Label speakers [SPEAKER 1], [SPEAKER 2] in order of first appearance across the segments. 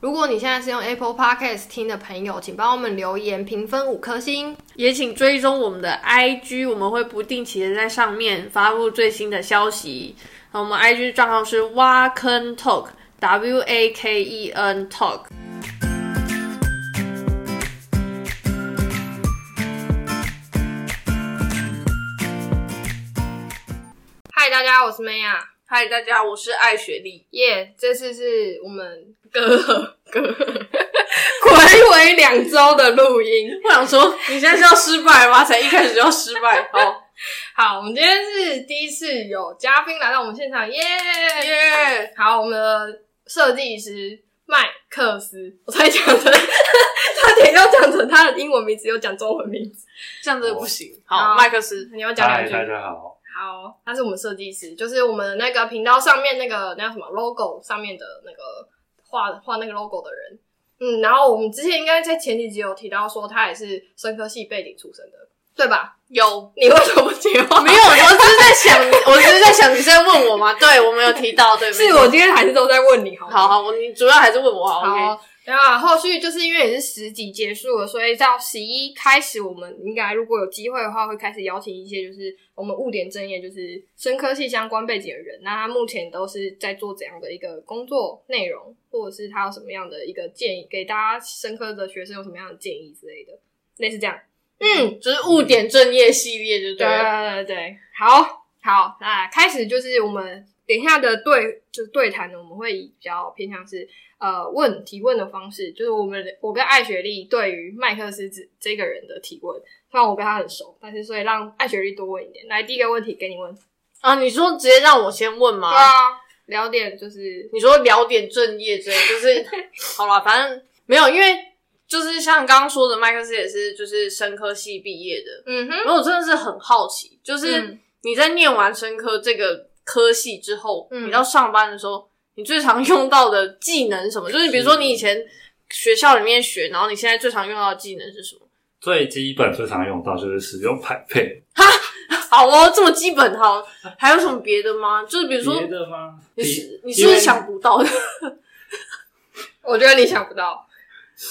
[SPEAKER 1] 如果你现在是用 Apple Podcast 听的朋友，请帮我们留言评分五颗星。
[SPEAKER 2] 也请追踪我们的 IG，我们会不定期的在上面发布最新的消息。那我们 IG 账号是挖坑 Talk W A K E N Talk。
[SPEAKER 1] 嗨，大家，我是梅亚。
[SPEAKER 2] 嗨，大家，我是爱雪莉。
[SPEAKER 1] 耶、这次是我们隔隔 暌违两周的录音。
[SPEAKER 2] 我想说，你现在是要失败吗？才一开始就要失败， 好
[SPEAKER 1] 好，我们今天是第一次有嘉宾来到我们现场，耶、
[SPEAKER 2] 耶！
[SPEAKER 1] 好，我们的设计师麦克斯，我才讲成， 差点要讲成他的英文名字，又讲中文名字。
[SPEAKER 2] 这样子不行。
[SPEAKER 1] 好
[SPEAKER 2] 好，麦克斯，
[SPEAKER 1] 你要讲
[SPEAKER 3] 嗨，
[SPEAKER 1] 两句。
[SPEAKER 3] 大家好，
[SPEAKER 1] 好，他是我们设计师，就是我们那个频道上面那个那叫什么 logo 上面的那个画画那个 logo 的人。嗯，然后我们之前应该在前几集有提到说他也是生科系背景出身的，对吧？
[SPEAKER 2] 有
[SPEAKER 1] 你为什么不接话？
[SPEAKER 2] 没有？我只是在想， 我只是在想，你是在问我吗？对，我没有提到，对，没
[SPEAKER 1] 是
[SPEAKER 2] 错
[SPEAKER 1] 我今天还是都在问你，好吗
[SPEAKER 2] 好好，我你主要还是问我好，OK。啊
[SPEAKER 1] 好，然后后续就是因为也是十集结束了，所以到十一开始，我们应该如果有机会的话，会开始邀请一些就是我们误点正业，就是生科系相关背景的人。那他目前都是在做怎样的一个工作内容，或者是他有什么样的一个建议，给大家生科的学生有什么样的建议之类的，类似这样。嗯，
[SPEAKER 2] 就是误点正业系列，就对
[SPEAKER 1] 对
[SPEAKER 2] 了。
[SPEAKER 1] 对对对，好好，那开始就是我们等一下的对，就是对谈呢，我们会以比较偏向是呃问提问的方式，就是我们我跟艾雪莉对于麦克斯这这个人的提问，虽然我跟他很熟，但是所以让艾雪莉多问一点。来，第一个问题给你问，对
[SPEAKER 2] 啊，你说直接让我先问吗？
[SPEAKER 1] 啊，聊点就是
[SPEAKER 2] 你说聊点正业之类，就是 好啦，反正没有，因为就是像刚刚说的，麦克斯也是就是生科系毕业的。
[SPEAKER 1] 嗯哼，
[SPEAKER 2] 然后我真的是很好奇，就是
[SPEAKER 1] 嗯
[SPEAKER 2] 你在念完生科这个科系之后，
[SPEAKER 1] 嗯
[SPEAKER 2] 你到上班的时候，你最常用到的技能是什么？就是比如说你以前学校里面学，然后你现在最常用到的技能是什么？
[SPEAKER 3] 最基本最常用到就是使用排配，
[SPEAKER 2] 好哦，这么基本哈，还有什么别的吗？就是比如说
[SPEAKER 3] 别。的吗？
[SPEAKER 2] 你是
[SPEAKER 3] 比
[SPEAKER 2] 你是不
[SPEAKER 3] 因为
[SPEAKER 2] 是想不到的？
[SPEAKER 1] 我觉得你想不到，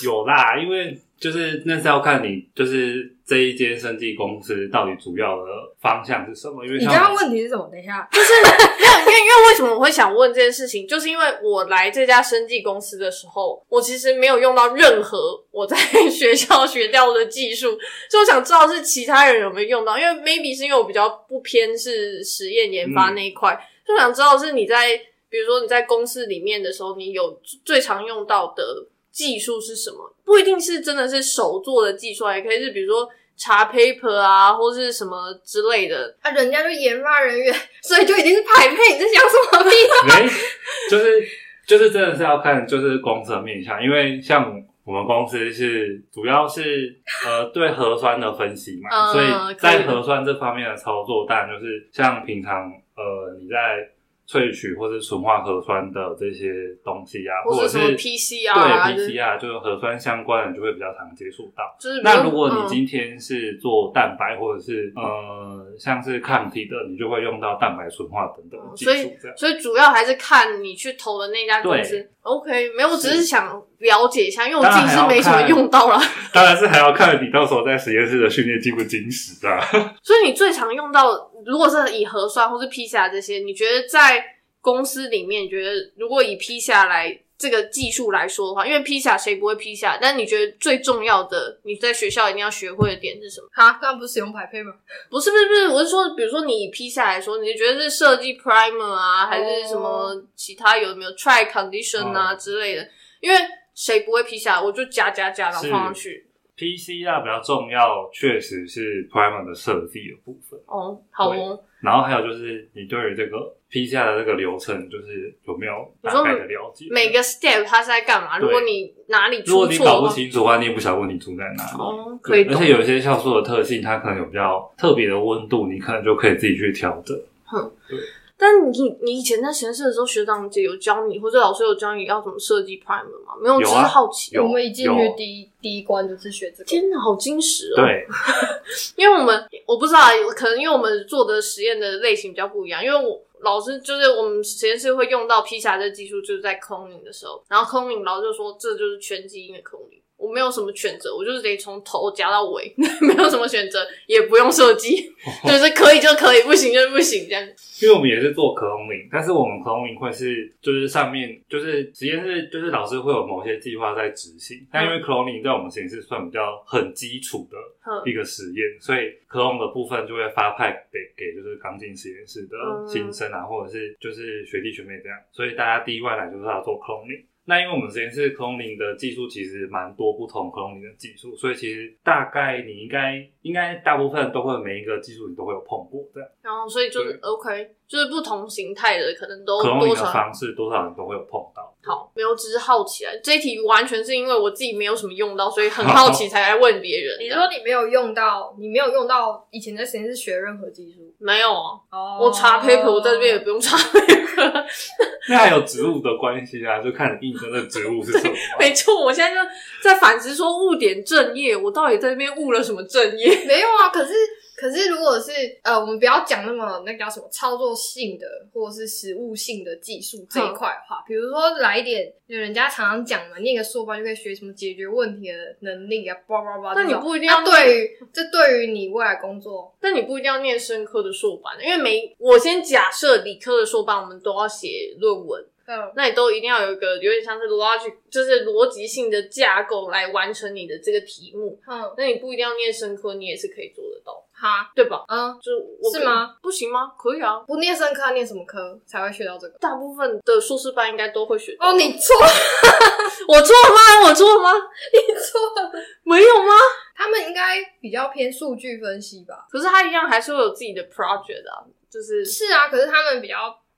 [SPEAKER 3] 有啦，因为就是那是要看你就是这一间生技公司到底主要的方向是什么，因为
[SPEAKER 1] 你刚刚
[SPEAKER 3] 像
[SPEAKER 1] 问题是什么？等一下，
[SPEAKER 2] 没有，因为因为为什么我会想问这件事情，就是因为我来这家生技公司的时候，我其实没有用到任何我在 学校学到的技术，所以我想知道是其他人有没有用到，因为 maybe 是因为我比较不偏是实验研发
[SPEAKER 3] 嗯
[SPEAKER 2] 那一块，就想知道是你在比如说你在公司里面的时候，你有最常用到的技术是什么？不一定是真的是手做的技术啊，也可以是比如说查 paper 啊，或是什么之类的，
[SPEAKER 1] 啊，人家就研发人员，所以就已经是排配，你在想什么屁？
[SPEAKER 3] 没，就是就是真的是要看就是公司的面向，因为像我们公司是主要是呃对核酸的分析嘛，
[SPEAKER 2] 嗯
[SPEAKER 3] 所
[SPEAKER 2] 可
[SPEAKER 3] 以
[SPEAKER 2] 以
[SPEAKER 3] 在核酸这方面的操作，当然就是像平常呃你在萃取或是纯化核酸的这些东西啊，
[SPEAKER 2] 或
[SPEAKER 3] 者
[SPEAKER 2] 是什么
[SPEAKER 3] 是
[SPEAKER 2] PCR 啊
[SPEAKER 3] 对 PCR 就是核酸相关的就会比较常接触到。
[SPEAKER 2] 就是比
[SPEAKER 3] 那
[SPEAKER 2] 如
[SPEAKER 3] 如果你
[SPEAKER 2] 嗯、
[SPEAKER 3] 今天是做蛋白或者是呃像是抗体的，你就会用到蛋白纯化等等的技
[SPEAKER 2] 哦所以
[SPEAKER 3] 术这样。
[SPEAKER 2] 所以主要还是看你去投的那家公司。OK，没有，我只是想了解一下，因为我自己是没什么用到啦。
[SPEAKER 3] 当然是还要看你到时候在实验室的训练精不精实啊。
[SPEAKER 2] 所以你最常用到，如果是以核酸或是 PCR 这些，你觉得在公司里面，你觉得如果以 PCR 来这个技术来说的话，因为 PCR 谁不会 PCR，但你觉得最重要的，你在学校一定要学会的点是什么？
[SPEAKER 1] 啊，刚刚不是使用排配吗？
[SPEAKER 2] 不是不是不是，我是说，比如说你以 P 下来说，你觉得是设计 primer 啊，还是什么其他有没有 try condition 啊、
[SPEAKER 3] 哦
[SPEAKER 2] 之类的？因为谁不会 P 下来，我就加加加，然后
[SPEAKER 3] 是
[SPEAKER 2] 放上去。
[SPEAKER 3] PCR 比较重要，确实是 primer 的设计的部分。
[SPEAKER 2] 哦，好哦，
[SPEAKER 3] 然后还有就是你对于这个 PCR 的这个流程，就是有没有大概的了解？
[SPEAKER 2] 每个 step 它是在干嘛？
[SPEAKER 3] 对
[SPEAKER 2] 如果你哪里
[SPEAKER 3] 如
[SPEAKER 2] 出
[SPEAKER 3] 果你
[SPEAKER 2] 错的
[SPEAKER 3] 搞不
[SPEAKER 2] 话，
[SPEAKER 3] 清楚的话，你也不晓得问题出在哪里。
[SPEAKER 2] 哦，可
[SPEAKER 3] 对，
[SPEAKER 2] 以
[SPEAKER 3] 而
[SPEAKER 2] 懂
[SPEAKER 3] 且。有一些酵素的特性，它可能有比较特别的温度，你可能就可以自己去调整。
[SPEAKER 2] 但你你以前在实验室的时候，学长姐有教你，或者老师有教你要怎么设计 primer 吗？没有，
[SPEAKER 3] 有
[SPEAKER 2] 只
[SPEAKER 3] 啊
[SPEAKER 2] 是好奇。哦
[SPEAKER 3] 有
[SPEAKER 1] 我们一进去
[SPEAKER 3] 有
[SPEAKER 1] 第一第一关就是学这个。
[SPEAKER 2] 天哪，好矜持哦！
[SPEAKER 3] 对，
[SPEAKER 2] 因为我们我不知道啊，可能因为我们做的实验的类型比较不一样，因为我老师就是我们实验室会用到披萨这个技术，就是在空灵的时候，然后空灵老师就说这就是全基因的空灵，我没有什么选择，我就是得从头夹到尾， 没有什么选择，也不用设计，
[SPEAKER 3] 哦
[SPEAKER 2] 就是可以就可以，不行就是不行这 样。
[SPEAKER 3] 因为我们也是做可隆林，但是我们可隆林会是就是上面就是实验室就是老师会有某些计划在执行，但因为可隆林在我们实验室算比较很基础的
[SPEAKER 2] 哼
[SPEAKER 3] 一个实验，所以可隆的部分就会发派给给就是刚进实验室的
[SPEAKER 2] 嗯
[SPEAKER 3] 新生啊，或者是就是学弟学妹这样，所以大家第一外来就是要做可隆林。那因为我们实验室空灵的技术其实蛮多不同空灵的技术，所以其实大概你应该应该大部分都会每一个技术你都会有碰过这样。
[SPEAKER 2] 然后所以就是 OK，就是不同形态的可能都
[SPEAKER 3] 可能你
[SPEAKER 2] 多
[SPEAKER 3] 的
[SPEAKER 2] 少
[SPEAKER 3] 方式多少人都会有碰到。
[SPEAKER 2] 好，没有，只是好奇啊。这一题完全是因为我自己没有什么用到，所以很好奇才来问别人。
[SPEAKER 1] 你说你没有用到，你没有用到以前在实验室学任何技术
[SPEAKER 2] 没有啊？
[SPEAKER 1] 哦
[SPEAKER 2] 我查 paper，我在这边也不 用查 paper。
[SPEAKER 3] 那还有植物的关系啊，就看你应征的植物是什么。
[SPEAKER 2] 没错，我现在就在反思说误点正业，我到底在这边误了什么正业？
[SPEAKER 1] 没有啊，可是可是，如果是呃，我们不要讲那么那叫什么操作性的或者是实务性的技术这一
[SPEAKER 2] 嗯
[SPEAKER 1] 块的话，比如说来一点，就人家常常讲嘛，念个硕班就可以学什么解决问题的能力啊，叭叭叭这
[SPEAKER 2] 那
[SPEAKER 1] 种。
[SPEAKER 2] 你不一定要
[SPEAKER 1] 那对于这对于你未来工作，
[SPEAKER 2] 但你不一定要念生科的硕班，因为每我先假设理科的硕班我们都要写论文，
[SPEAKER 1] 嗯，
[SPEAKER 2] 那你都一定要有一个有点像是 logic，就是逻辑性的架构来完成你的这个题目。
[SPEAKER 1] 嗯，
[SPEAKER 2] 那你不一定要念生科，你也是可以做得到，
[SPEAKER 1] 哈，
[SPEAKER 2] 对吧？
[SPEAKER 1] 嗯，
[SPEAKER 2] 就是我
[SPEAKER 1] 是
[SPEAKER 2] 可
[SPEAKER 1] 吗？
[SPEAKER 2] 不行吗？可以啊，
[SPEAKER 1] 不念生科念什么科才会学到这个？
[SPEAKER 2] 大部分的硕士班应该都会学。
[SPEAKER 1] 哦，你错
[SPEAKER 2] 我错吗？我错吗？
[SPEAKER 1] 错了，
[SPEAKER 2] 没有吗？
[SPEAKER 1] 他们应该比较偏数据分析吧？
[SPEAKER 2] 可是他一样还是会有自己的 project 啊，就是
[SPEAKER 1] 是啊，可是他们比较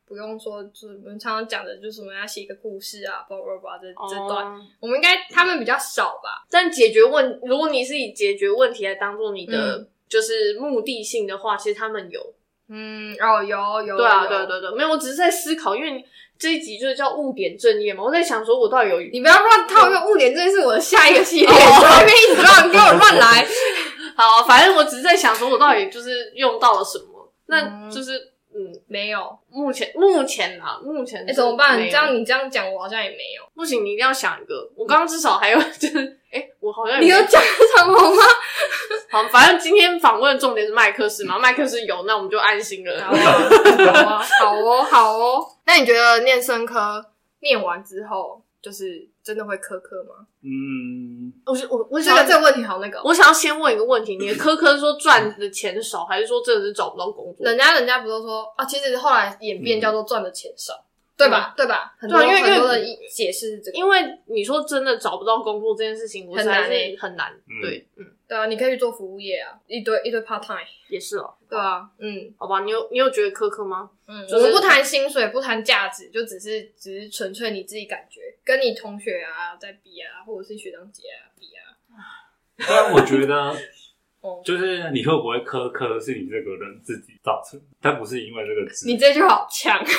[SPEAKER 1] 不用说，就是我们常常讲的，就是什么要写一个故事啊，叭叭叭这这段。
[SPEAKER 2] 哦
[SPEAKER 1] 我们应该他们比较少吧？
[SPEAKER 2] 但解决问，如果你是以解决问题来当做你的、
[SPEAKER 1] 嗯
[SPEAKER 2] 就是目的性的话，其实他们有。
[SPEAKER 1] 嗯，哦，有有，
[SPEAKER 2] 对啊，
[SPEAKER 1] 有
[SPEAKER 2] 对啊对啊对啊，没有，我只是在思考，因为这一集就是叫误点正业嘛，我在想说我到底有
[SPEAKER 1] 你不要乱套用误点，这是我的下一个
[SPEAKER 2] 哦
[SPEAKER 1] 系列，随便一直乱给我乱来。
[SPEAKER 2] 好，啊反正我只是在想说我到底就是用到了什么，那
[SPEAKER 1] 嗯
[SPEAKER 2] 就是嗯，
[SPEAKER 1] 没有，
[SPEAKER 2] 目前目前啊，目前
[SPEAKER 1] 哎、
[SPEAKER 2] 是
[SPEAKER 1] 怎么办？
[SPEAKER 2] 没有
[SPEAKER 1] 这样你这样讲，我好像也没有。
[SPEAKER 2] 不行，你一定要想一个。我刚刚至少还有就是，哎、我好像
[SPEAKER 1] 你
[SPEAKER 2] 也
[SPEAKER 1] 有
[SPEAKER 2] 没
[SPEAKER 1] 讲 什么吗？
[SPEAKER 2] 好，反正今天访问的重点是麦克斯嘛，麦克斯有，那我们就安心
[SPEAKER 1] 好
[SPEAKER 2] 了。
[SPEAKER 1] 啊，好哦，好哦。那你觉得念生科念完之后，就是真的会科科吗？
[SPEAKER 3] 嗯，
[SPEAKER 2] 我是我我
[SPEAKER 1] 我
[SPEAKER 2] 想
[SPEAKER 1] 觉
[SPEAKER 2] 要
[SPEAKER 1] 得这个问题好那个哦，
[SPEAKER 2] 我想要先问一个问题，你的科科是说赚的钱少，还是说真的是找不到工作？
[SPEAKER 1] 人家人家不都说啊，其实后来演变叫做赚的钱少，对吧？对吧？很多
[SPEAKER 2] 嗯对啊因为
[SPEAKER 1] 很多
[SPEAKER 2] 因为
[SPEAKER 1] 的一解释是这个，
[SPEAKER 2] 因为你说真的找不到工作这件事情，我
[SPEAKER 1] 很
[SPEAKER 2] 实在
[SPEAKER 1] 难欸
[SPEAKER 2] 是很难。
[SPEAKER 3] 嗯
[SPEAKER 2] 对，嗯，
[SPEAKER 1] 对啊，你可以去做服务业啊，一堆一堆 part time。
[SPEAKER 2] 也是哦。
[SPEAKER 1] 对啊，嗯
[SPEAKER 2] 好吧，你有你有觉得科科吗？
[SPEAKER 1] 嗯，
[SPEAKER 2] 就是
[SPEAKER 1] 我们不谈薪水，不谈价值，就只是只是纯粹你自己感觉，跟你同学啊在比啊，或者是学长姐啊比啊。
[SPEAKER 3] 但我觉得
[SPEAKER 1] 哦，
[SPEAKER 3] 就是你会不会苛刻，是你这个人自己造成，但不是因为这个职
[SPEAKER 1] 你，这句好强，
[SPEAKER 3] 不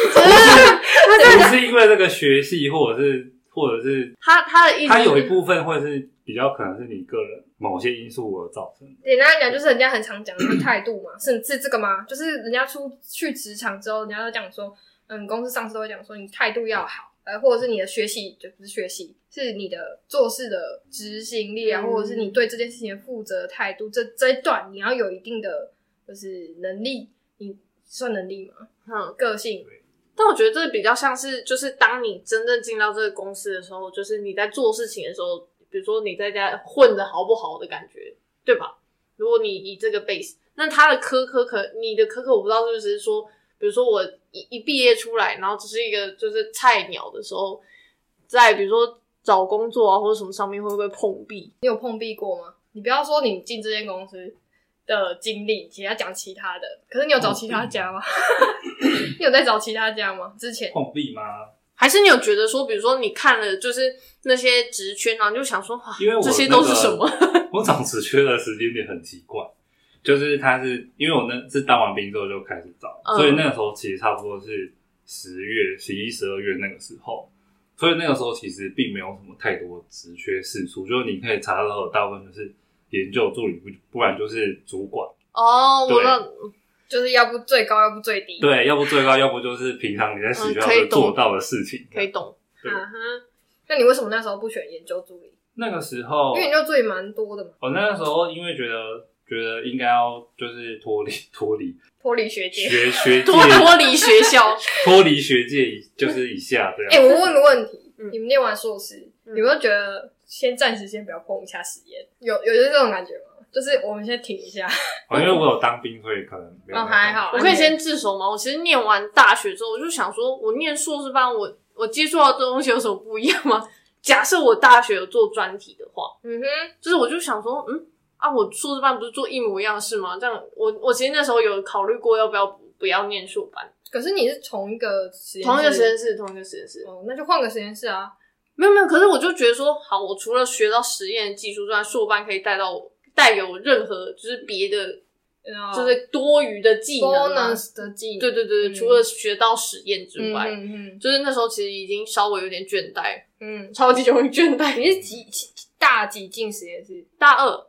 [SPEAKER 3] 是因为这个学系，或者是或者是
[SPEAKER 2] 他他的意思
[SPEAKER 3] 它
[SPEAKER 2] 是
[SPEAKER 3] 有一部分会是比较可能是你个人某些因素而造成的。
[SPEAKER 1] 简单来讲就是人家很常讲的态度嘛，是是这个吗？就是人家出去职场之后，人家都讲说，嗯，公司上司都会讲说你态度要好，呃，或者是你的学习就不是学习，是你的做事的执行力啊，
[SPEAKER 2] 嗯
[SPEAKER 1] 或者是你对这件事情的负责态度，这这一段你要有一定的就是能力，你算能力吗？
[SPEAKER 2] 嗯，
[SPEAKER 1] 个性，
[SPEAKER 2] 但我觉得这比较像是，就是当你真正进到这个公司的时候，就是你在做事情的时候，比如说你在家混的好不好的感觉，对吧？如果你以这个 base，那他的科科可你的科科我不知道是不是说，比如说我一一毕业出来，然后只是一个就是菜鸟的时候，在比如说找工作啊或者什么上面会不会碰壁？
[SPEAKER 1] 你有碰壁过吗？你不要说你进这间公司的经历，其他讲其他的。可是你有找其他家吗？ 你有在找其他家吗？之前
[SPEAKER 3] 碰壁吗？
[SPEAKER 2] 还是你有觉得说，比如说你看了就是那些职圈，然后你就想说，哇，
[SPEAKER 3] 因为我
[SPEAKER 2] 这些
[SPEAKER 3] 那
[SPEAKER 2] 都是
[SPEAKER 3] 个
[SPEAKER 2] 什 么？？
[SPEAKER 3] 我找职缺的时间点很奇怪，就是他是因为我那是当完兵之后就开始找，
[SPEAKER 2] 嗯
[SPEAKER 3] 所以那个时候其实差不多是十月、十一、十二月那个时候，所以那个时候其实并没有什么太多职缺事出，就是你可以查到的大部分就是研究助理，不不然就是主管。
[SPEAKER 2] 哦，我
[SPEAKER 3] 对
[SPEAKER 2] 知道，
[SPEAKER 1] 就是要不最高，要不最低。
[SPEAKER 3] 对，要不最高，要不就是平常你在学
[SPEAKER 2] 嗯
[SPEAKER 3] 校
[SPEAKER 2] 可以
[SPEAKER 3] 会
[SPEAKER 2] 懂
[SPEAKER 3] 做到的事情。
[SPEAKER 2] 可以懂。
[SPEAKER 3] 对
[SPEAKER 1] 啊哈，那你为什么那时候不选研究助理？
[SPEAKER 3] 那个时候，
[SPEAKER 1] 因为研究助理蛮多的嘛，
[SPEAKER 3] 我那时候因为觉得觉得应该要就是脱离脱 离
[SPEAKER 1] 脱离学姐。
[SPEAKER 3] 学学界
[SPEAKER 2] 脱脱离学校，
[SPEAKER 3] 脱离学界以就是以下这
[SPEAKER 1] 哎、
[SPEAKER 3] 样。
[SPEAKER 1] 我问个问题，
[SPEAKER 2] 嗯
[SPEAKER 1] 你们念完硕士，
[SPEAKER 2] 嗯
[SPEAKER 1] 有没有觉得先暂时先不要碰一下实验？有有就是这种感觉吗？就是我们先停一下。
[SPEAKER 3] 哦因为我有当兵，所以可能没有啊
[SPEAKER 1] 哦还好
[SPEAKER 2] 我可以先自首吗？我其实念完大学之后，我就想说，我念硕士班，我我接触到的东西有什么不一样吗？ 假设我大学有做专题的话，
[SPEAKER 1] 嗯哼，
[SPEAKER 2] 就是我就想说，嗯啊，我硕士班不是做一模一样的事吗？这样，我我其实那时候有考虑过要不要不要念硕班，
[SPEAKER 1] 可是你是同一个实验室
[SPEAKER 2] 同一个实验室，同一个实验室，
[SPEAKER 1] 哦，那就换个实验室啊。
[SPEAKER 2] 没有没有。可是我就觉得说，好，我除了学到实验技术之外，硕班可以带到我带给我任何就是别的，就
[SPEAKER 1] 就是
[SPEAKER 2] 多余的技能啊、
[SPEAKER 1] 哦 bonus 的技能，
[SPEAKER 2] 对对对，
[SPEAKER 1] 嗯
[SPEAKER 2] 除了学到实验之
[SPEAKER 1] 嗯
[SPEAKER 2] 外，
[SPEAKER 1] 嗯
[SPEAKER 2] 就是那时候其实已经稍微有点倦怠，
[SPEAKER 1] 嗯嗯，
[SPEAKER 2] 超级容易倦怠。
[SPEAKER 1] 你是几几大几进实验室？
[SPEAKER 2] 大二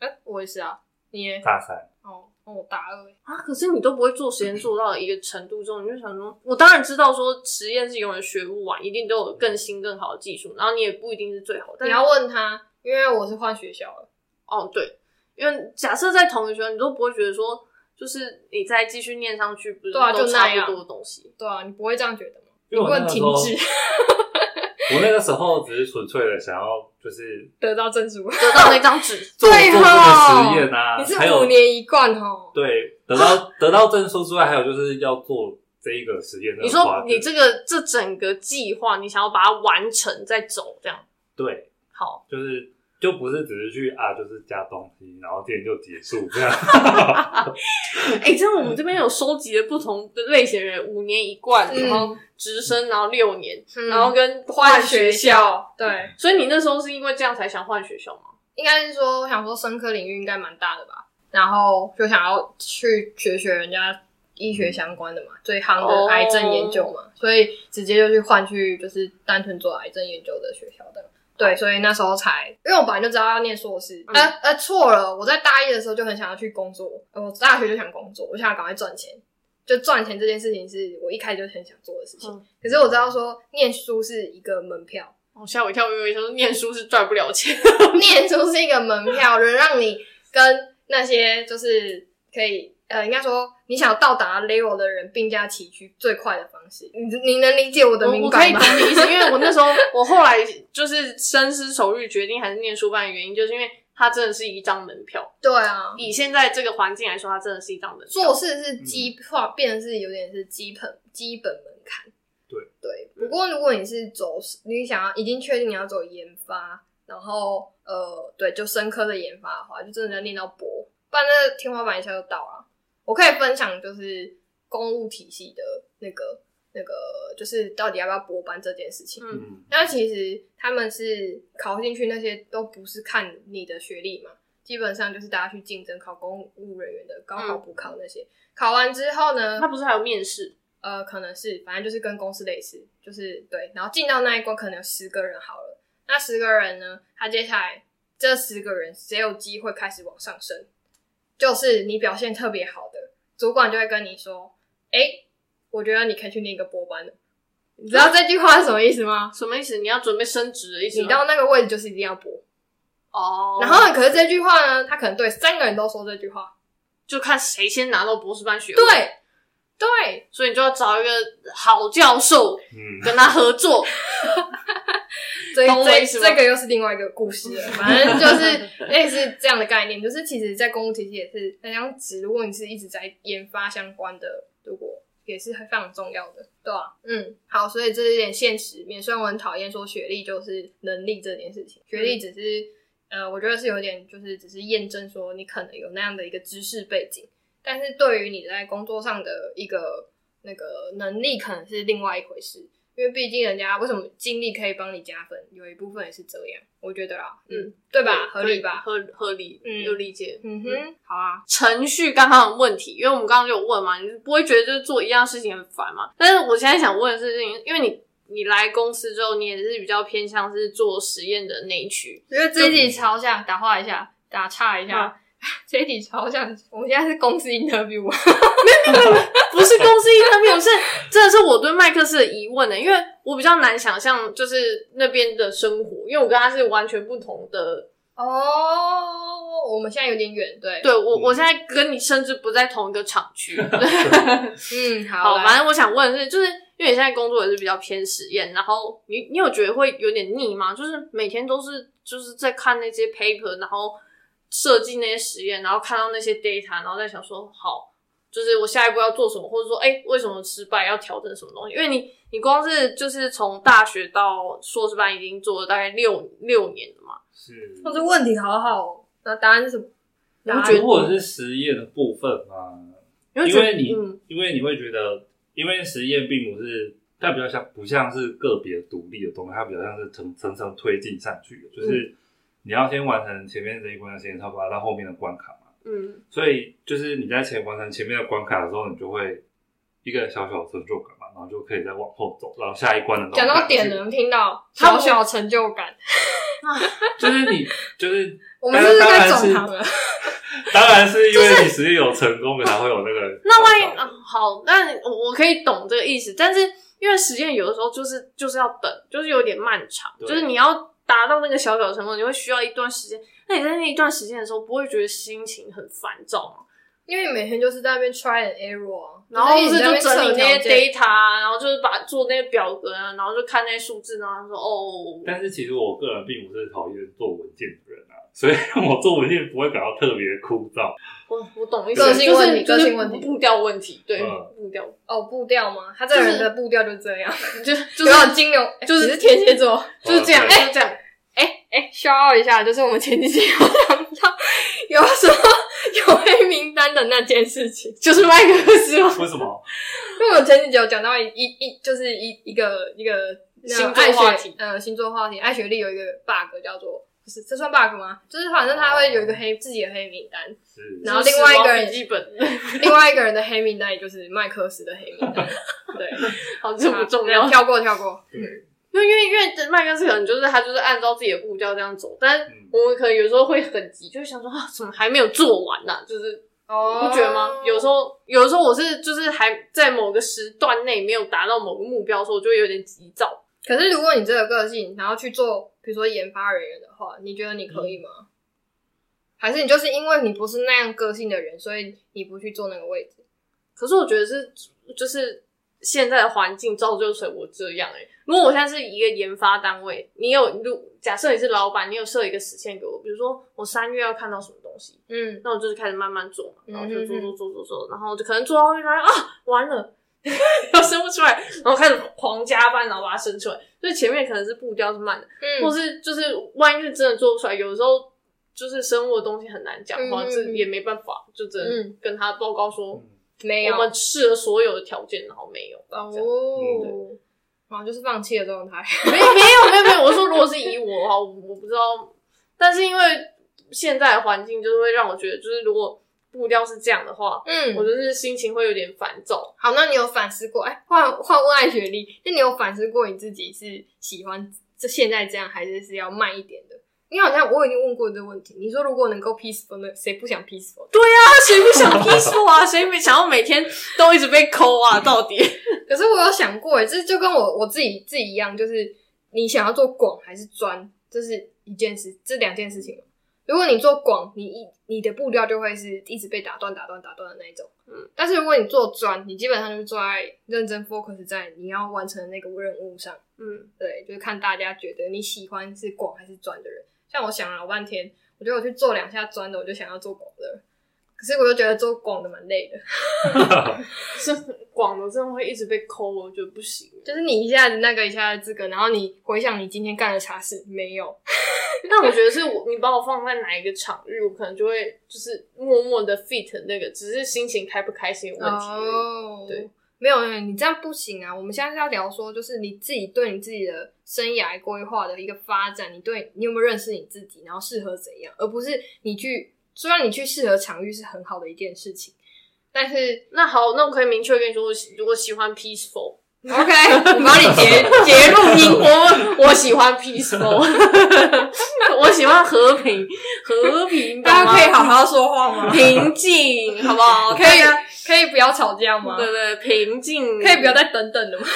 [SPEAKER 1] 哎、我也是啊，你呢
[SPEAKER 3] 大三，
[SPEAKER 1] 哦，哦我大二耶，
[SPEAKER 2] 啊，可是你都不会做实验做到一个程度之后，你就想说，我当然知道说实验是永远学不完，一定都有更新更好的技术，然后你也不一定是最好，但
[SPEAKER 1] 你
[SPEAKER 2] 是
[SPEAKER 1] 要问他，因为我是换学校了，
[SPEAKER 2] 哦对，因为假设在同一学校，你都不会觉得说，就是你再继续念上去，不是
[SPEAKER 1] 对啊
[SPEAKER 2] 都
[SPEAKER 1] 就
[SPEAKER 2] 差
[SPEAKER 1] 那样
[SPEAKER 2] 不多的东西。
[SPEAKER 1] 对啊，你不会这样觉得吗？
[SPEAKER 3] 因为我
[SPEAKER 1] 不
[SPEAKER 3] 那
[SPEAKER 1] 能
[SPEAKER 3] 个时
[SPEAKER 1] 停
[SPEAKER 3] 候，
[SPEAKER 1] 滞
[SPEAKER 3] 我那个时候只是纯粹的想要就是
[SPEAKER 1] 得到证书，
[SPEAKER 2] 得到那张纸，
[SPEAKER 3] 做做
[SPEAKER 1] 对啊
[SPEAKER 3] 这
[SPEAKER 1] 吼
[SPEAKER 3] 个实验啊，
[SPEAKER 1] 你是
[SPEAKER 3] 还有
[SPEAKER 1] 五年一贯哦。
[SPEAKER 3] 对得到得到证书之外，还有就是要做这一个实验的
[SPEAKER 2] 你
[SPEAKER 3] 话。
[SPEAKER 2] 说你这个这整个计划，你想要把它完成再走，这样
[SPEAKER 3] 对
[SPEAKER 2] 好。
[SPEAKER 3] 就是就不是只是去啊，就是加东西，然后今天就结束这样。
[SPEAKER 2] 哎、欸，真的，我们这边有收集了不同的类型的人，五年一贯，
[SPEAKER 1] 嗯
[SPEAKER 2] 然后直升，然后六年，
[SPEAKER 1] 嗯
[SPEAKER 2] 然后跟
[SPEAKER 1] 换
[SPEAKER 2] 换
[SPEAKER 1] 学
[SPEAKER 2] 学
[SPEAKER 1] 校，对，
[SPEAKER 2] 所以你那时候是因为这样才想换学校吗？
[SPEAKER 1] 应该是说，我想说生科领域应该蛮大的吧，然后就想要去学学人家医学相关的嘛，最夯
[SPEAKER 2] 哦
[SPEAKER 1] 的癌症研究嘛，所以直接就去换去就是单纯做癌症研究的学校的。对，所以那时候才，因为我本来就知道要念硕士，
[SPEAKER 2] 嗯
[SPEAKER 1] 呃呃，错了，我在大一的时候就很想要去工作，呃我大学就想工作，我想要赶快赚钱，就赚钱这件事情是我一开始就很想做的事情。
[SPEAKER 2] 嗯
[SPEAKER 1] 可是我知道说念书是一个门票，
[SPEAKER 2] 哦，吓我一跳，我以为说念书是赚不了钱。
[SPEAKER 1] 念出是一个门票，能让你跟那些就是可以呃，应该说你想到达 level 的人并驾齐驱最快的方式。你你能理解我的
[SPEAKER 2] 我
[SPEAKER 1] 敏
[SPEAKER 2] 我可
[SPEAKER 1] 感
[SPEAKER 2] 以
[SPEAKER 1] 吗
[SPEAKER 2] 懂？你意思，因为我那 时候我后来就是深思熟虑，决定还是念书班的原因，就是因为它真的是一张门票。
[SPEAKER 1] 对啊，
[SPEAKER 2] 以现在这个环境来说，它真的是一张门票
[SPEAKER 1] 做。事是基化，变成是有点是基本基本门槛。
[SPEAKER 3] 对
[SPEAKER 1] 对，不过如果你是走，你想要已经确定你要走研发，然后呃，对，就深科的研发的话，就真的要念到博，不然那天花板一下就到了。我可以分享就是公务体系的那个那个，就是到底要不要博班这件事情。
[SPEAKER 2] 嗯，
[SPEAKER 3] 嗯，
[SPEAKER 1] 那其实他们是考进去那些都不是看你的学历嘛，基本上就是大家去竞争考公务人员的高考补考那些。考完之后呢
[SPEAKER 2] 它，不是还有面试？
[SPEAKER 1] 呃，可能是反正就是跟公司类似，就是对，然后进到那一关可能有十个人好了，那十个人呢，他接下来这十个人谁有机会开始往上升，就是你表现特别好的，主管就会跟你说，哎、我觉得你可以去念一个博班的，你知道这句话是什么意思吗？
[SPEAKER 2] 什么意思？你要准备升职的意思吗？
[SPEAKER 1] 你到那个位置就是一定要播。
[SPEAKER 2] 哦，
[SPEAKER 1] 然后，可是这句话呢，他可能对三个人都说这句话，
[SPEAKER 2] 就看谁先拿到博士班学位。
[SPEAKER 1] 对，对，
[SPEAKER 2] 所以你就要找一个好教授
[SPEAKER 3] 嗯
[SPEAKER 2] 跟他合作。
[SPEAKER 1] 这
[SPEAKER 2] 懂我意
[SPEAKER 1] 这
[SPEAKER 2] 思吗
[SPEAKER 1] 这个又是另外一个故事了。反正 就是类似这样的概念，就是其实，在公务体系也是那张纸，如果你是一直在研发相关的，如果也是非常重要的，对啊，嗯，好，所以这是一点现实面。虽然我很讨厌说学历就是能力这件事情，学
[SPEAKER 2] 嗯
[SPEAKER 1] 历只是、呃，我觉得是有点就是只是验证说你可能有那样的一个知识背景，但是对于你在工作上的一个那个能力，可能是另外一回事。因为毕竟人家为什么经历可以帮你加分，有一部分也是这样，我觉得啦，嗯， 对吧？合理吧？
[SPEAKER 2] 合合理，
[SPEAKER 1] 嗯
[SPEAKER 2] 有理解。
[SPEAKER 1] 嗯哼，好啊，
[SPEAKER 2] 程序刚刚的问题，因为我们刚刚就有问嘛，你不会觉得就是做一样事情很烦嘛？但是我现在想问的事情，因为你你来公司之后，你也是比较偏向是做实验的那一区，
[SPEAKER 1] 因为这一集超像，打话一下，打岔一下， 这一题超像，我们现在是公司 interview 啊，
[SPEAKER 2] 不是公司 interview，是真的是我对麦克斯的疑问呢、因为我比较难想象就是那边的生活，因为我跟他是完全不同的。
[SPEAKER 1] 哦、我们现在有点远，对，
[SPEAKER 2] 对我，我现在跟你甚至不在同一个厂区。
[SPEAKER 1] 嗯，好
[SPEAKER 2] 好，
[SPEAKER 1] 来
[SPEAKER 2] 反正我想问的是，就是因为你现在工作也是比较偏实验，然后你你有觉得会有点腻吗？就是每天都是就是在看那些 paper，然后设计那些实验，然后看到那些 data，然后再想说好，就是我下一步要做什么，或者说哎、为什么失败，要调整什么东西？因为你你光是就是从大学到硕士班已经做了大概六六年了嘛，
[SPEAKER 3] 是。
[SPEAKER 1] 哦这问题好好哦，那答案是什么？
[SPEAKER 2] 你
[SPEAKER 1] 答
[SPEAKER 2] 会
[SPEAKER 1] 案
[SPEAKER 2] 觉得
[SPEAKER 3] 如果是实验的部分嘛，
[SPEAKER 2] 你会
[SPEAKER 3] 因
[SPEAKER 2] 觉得
[SPEAKER 3] 为你、
[SPEAKER 2] 嗯
[SPEAKER 3] 因为你会觉得，因为实验并不是它比较像不像是个别独立的东西，它比较像是层层层推进上去的，
[SPEAKER 1] 嗯
[SPEAKER 3] 就是你要先完成前面这一关的实验，才把它到后面的关卡嘛。
[SPEAKER 2] 嗯
[SPEAKER 3] 所以就是你在前完成前面的关卡的时候，你就会一个小小的成就感嘛，然后就可以再往后走到下一关的。
[SPEAKER 1] 讲到点，能听到
[SPEAKER 2] 他
[SPEAKER 1] 小
[SPEAKER 2] 们
[SPEAKER 1] 小成就感，
[SPEAKER 3] 就是你就是
[SPEAKER 1] 我们是 不是
[SPEAKER 3] 当
[SPEAKER 1] 在
[SPEAKER 3] 然
[SPEAKER 1] 转
[SPEAKER 3] 是
[SPEAKER 1] 行了？
[SPEAKER 3] 当然是因为你实验有成功的才会有那个。
[SPEAKER 2] 那万一、啊、好，那我我可以懂这个意思，但是因为实验有的时候就是就是要等，就是有点漫长，
[SPEAKER 3] 对
[SPEAKER 2] 就是你要达到那个小小的成功，你会需要一段时间。那你在那一段时间的时候，不会觉得心情很烦躁吗？
[SPEAKER 1] 因为你每天就是在那边 try and error，啊
[SPEAKER 2] 然后
[SPEAKER 1] 一
[SPEAKER 2] 不
[SPEAKER 1] 直
[SPEAKER 2] 是
[SPEAKER 1] 在
[SPEAKER 2] 就
[SPEAKER 1] 边
[SPEAKER 2] 整理
[SPEAKER 1] 测
[SPEAKER 2] 那
[SPEAKER 1] 条
[SPEAKER 2] 些
[SPEAKER 1] 件
[SPEAKER 2] data，啊然后就是把做那些表格啊，然后就看那些数字，然后他说哦，
[SPEAKER 3] 但是其实我个人并不是讨厌做文件的人啊，所以我做文件不会感到特别枯燥。
[SPEAKER 2] 我我懂意思，
[SPEAKER 3] 个
[SPEAKER 2] 就
[SPEAKER 1] 性问题
[SPEAKER 2] 是就
[SPEAKER 1] 个
[SPEAKER 2] 是
[SPEAKER 1] 性问题
[SPEAKER 2] 步调问题，对
[SPEAKER 3] 嗯
[SPEAKER 2] 步调，
[SPEAKER 1] 哦步调吗？他这个人的步调就是这样，
[SPEAKER 2] 就就
[SPEAKER 1] 有
[SPEAKER 2] 是
[SPEAKER 1] 点金牛，哎
[SPEAKER 2] 就是
[SPEAKER 1] 只是天蝎座。
[SPEAKER 2] 就是这样，
[SPEAKER 3] 哦
[SPEAKER 2] 就
[SPEAKER 3] 对
[SPEAKER 2] 是这样。
[SPEAKER 1] 哎 哎，消耗一下，就是我们前几集有讲到有什么有黑名单的那件事情，
[SPEAKER 2] 就是麦克斯吗？
[SPEAKER 3] 为什么？
[SPEAKER 1] 因为我前几集有讲到一一一就是一一个一个那
[SPEAKER 2] 星
[SPEAKER 1] 个
[SPEAKER 2] 座
[SPEAKER 1] 爱
[SPEAKER 2] 话
[SPEAKER 1] 学
[SPEAKER 2] 题
[SPEAKER 1] 呃星座话题，爱学历有一个 bug 叫做。不是，这算 bug 吗？就是反正他会有一个黑自己的黑名单，
[SPEAKER 3] 是
[SPEAKER 1] 然后另外一个人
[SPEAKER 2] 笔记本，
[SPEAKER 1] 另外一个人的黑名单也就是麦克斯的黑名 单，对，
[SPEAKER 2] 好， 这不重要。
[SPEAKER 1] 啊跳过跳 过。
[SPEAKER 3] 对
[SPEAKER 2] 因为因为因为麦克斯可能就是他就是按照自己的步调这样走，但
[SPEAKER 3] 嗯
[SPEAKER 2] 我们可能有时候会很急，就会想说啊，怎么还没有做完呢、啊就是你
[SPEAKER 1] 哦
[SPEAKER 2] 不觉得吗？有时候有的时候我是就是还在某个时段内没有达到某个目标的时候，我就会有点急躁。
[SPEAKER 1] 可是如果你这个个性，然后去做，比如说研发人员的话，你觉得你可以吗？嗯还是你就是因为你不是那样个性的人，所以你不去做那个位置？
[SPEAKER 2] 可是我觉得是就是现在的环境造就成我这样哎、欸。如果我现在是一个研发单位，你有如假设你是老板，你有设一个时限给我，比如说我三月要看到什么东西，
[SPEAKER 1] 嗯，
[SPEAKER 2] 那我就是开始慢慢做嘛，然后就做
[SPEAKER 1] 嗯
[SPEAKER 2] 做
[SPEAKER 1] 哼
[SPEAKER 2] 做做做，然后就可能做到后面发现啊，完了， 要生不出来，然后开始狂加班，然后把它生出来。所以前面可能是步调是慢的，或
[SPEAKER 1] 嗯，
[SPEAKER 2] 是就是万一是真的做不出来，有时候就是生物的东西很难讲话，
[SPEAKER 1] 嗯嗯
[SPEAKER 2] 这
[SPEAKER 1] 嗯
[SPEAKER 2] 也没办法，就只能
[SPEAKER 1] 嗯
[SPEAKER 2] 跟他报告说、
[SPEAKER 3] 嗯
[SPEAKER 1] 没有
[SPEAKER 2] 我们试了所有的条件，然后没有。
[SPEAKER 1] 哦
[SPEAKER 2] 这样，
[SPEAKER 3] 嗯
[SPEAKER 1] 然哦后就是放弃的 状态。
[SPEAKER 2] 没没有没有没有，我说如果是以我的话，我我不知道，但是因为现在的环境就是会让我觉得，就是如果步调是这样的话，
[SPEAKER 1] 嗯
[SPEAKER 2] 我就是心情会有点烦躁。
[SPEAKER 1] 好，那你有反思过？哎、换换问爱学历，那你有反思过你自己是喜欢这现在这样，还是是要慢一点的？你好像我已经问过这个问题，你说如果能够 peaceful，那谁不想 peaceful？
[SPEAKER 2] 那啊谁不想 peaceful 啊？谁没想要每天都一直被抠啊？到底
[SPEAKER 1] 可是我有想过，哎，这就跟我我自己自己一样，就是你想要做广还是专，这是一件事，这两件事情嘛。如果你做广，你一你的步调就会是一直被打断、打断、打断的那一种。
[SPEAKER 2] 嗯，
[SPEAKER 1] 但是如果你做专，你基本上就是坐在认真 focus 在你要完成的那个任务上。
[SPEAKER 2] 嗯，
[SPEAKER 1] 对，就是看大家觉得你喜欢是广还是专的人。像我想了老半天，我觉得我去做两下专的，我就想要做广的，可是我又觉得做广的蛮累的。
[SPEAKER 2] 是广的真的会一直被抠，我觉得不行。欸
[SPEAKER 1] 就是你一下子那个一下子这个，然后你回想你今天干了啥事，没有，
[SPEAKER 2] 但我觉得是我，你把我放在哪一个场域，我可能就会就是默默的 fit 那个，只是心情开不开心的问题而已。
[SPEAKER 1] 哦
[SPEAKER 2] 对，
[SPEAKER 1] 没有，没有你这样不行啊！我们现在是要聊说，就是你自己对你自己的生涯规划的一个发展，你对你有没有认识你自己，然后适合怎样，而不是你去，虽然你去适合场域是很好的一件事情，但 是
[SPEAKER 2] 那好，那我可以明确跟你说，我喜我喜欢 peaceful，
[SPEAKER 1] OK，我帮你结结
[SPEAKER 2] 结论音，我我喜欢 peaceful，我 喜欢和平，和 平，
[SPEAKER 1] 大家可以好
[SPEAKER 2] 懂吗
[SPEAKER 1] 好说话吗？
[SPEAKER 2] 平静，好不好？
[SPEAKER 1] 可
[SPEAKER 2] 大
[SPEAKER 1] 以
[SPEAKER 2] 家
[SPEAKER 1] 可以不要吵架吗？
[SPEAKER 2] 对对，平静，
[SPEAKER 1] 可以不要再等等了吗？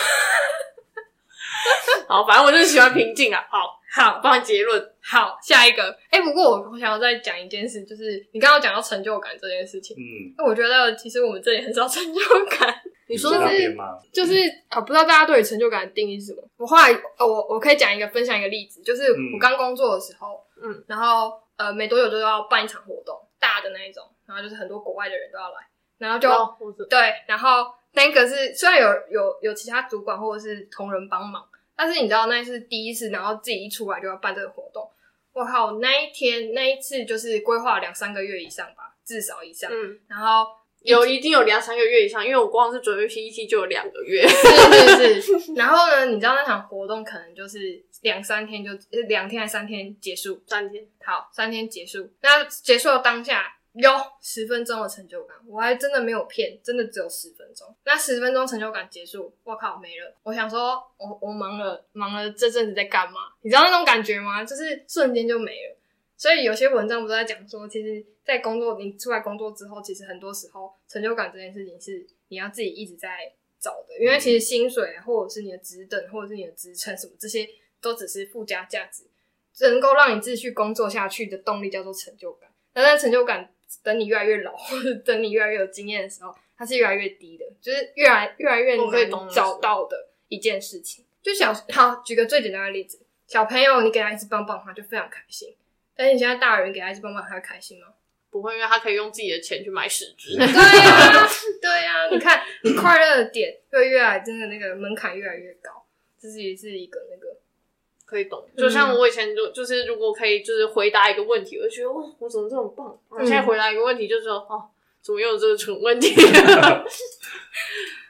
[SPEAKER 2] 好，反正我就是喜欢平静啊。好，
[SPEAKER 1] 好
[SPEAKER 2] 帮你结论。
[SPEAKER 1] 好，下一个。哎、不过我我想要再讲一件事，就是你刚刚讲到成就感这件事情，
[SPEAKER 3] 嗯，
[SPEAKER 1] 我觉得其实我们这里很少成就感。
[SPEAKER 2] 你
[SPEAKER 3] 你
[SPEAKER 2] 说
[SPEAKER 1] 的
[SPEAKER 3] 那
[SPEAKER 1] 是
[SPEAKER 3] 边吗？
[SPEAKER 1] 就是啊、呃不知道大家对于成就感的定义是什么？我后来，呃、我我可以讲一个分享一个例子，就是
[SPEAKER 3] 嗯
[SPEAKER 1] 我刚工作的时候，
[SPEAKER 2] 嗯，
[SPEAKER 1] 然后呃，没多久就要办一场活动，大的那一种，然后就是很多国外的人都要来，然后就、
[SPEAKER 2] 哦我知
[SPEAKER 1] 对，然后那个是虽然有有有其他主管或者是同仁帮忙，但是你知道那是第一次，然后自己一出来就要办这个活动，我靠，那一天那一次就是规划两三个月以上吧，至少以上，
[SPEAKER 2] 嗯，
[SPEAKER 1] 然后
[SPEAKER 2] 有一定有两三个月以上，因为我光是准备 PPT 就有两个月。
[SPEAKER 1] 是是是。然后呢，你知道那场活动可能就是两三天就呃两天还三天结束，
[SPEAKER 2] 三天，
[SPEAKER 1] 好，三天结束。那结束的当下有十分钟的成就感，我还真的没有骗，真的只有十分钟。那十分钟成就感结束，我靠没了。我想说，我我忙了，忙了这阵子在干嘛？你知道那种感觉吗？就是瞬间就没了。所以有些文章不是在讲说，其实，在工作你出来工作之后，其实很多时候成就感这件事情是你要自己一直在找的，因为其实薪水啊或者是你的职等或者是你的职称什么这些都只是附加价值，能够让你继续工作下去的动力叫做成就感。那但成就感，等你越来越老，或者等你越来越有经验的时候，它是越来越低的，就是越来越来越
[SPEAKER 2] 我可以懂
[SPEAKER 1] 难
[SPEAKER 2] 你
[SPEAKER 1] 找
[SPEAKER 2] 说
[SPEAKER 1] 到的一件事情。就小好举个最简单的例子，小朋友你给他一支棒棒，他就非常开心。但是你现在大人给他一支棒棒，他会开心 吗？
[SPEAKER 2] 不会，因为他可以用自己的钱去买屎纸。
[SPEAKER 1] 对呀、对呀、你看 你快乐的点会越来真的那个门槛越来越高，这是也是一个那个
[SPEAKER 2] 可以懂。就像我以前就就是，如果可以就是回答一个问题，我就觉得哇，我怎么这么棒？我现在回答一个问题，就说哦，怎么又有这个蠢问 题？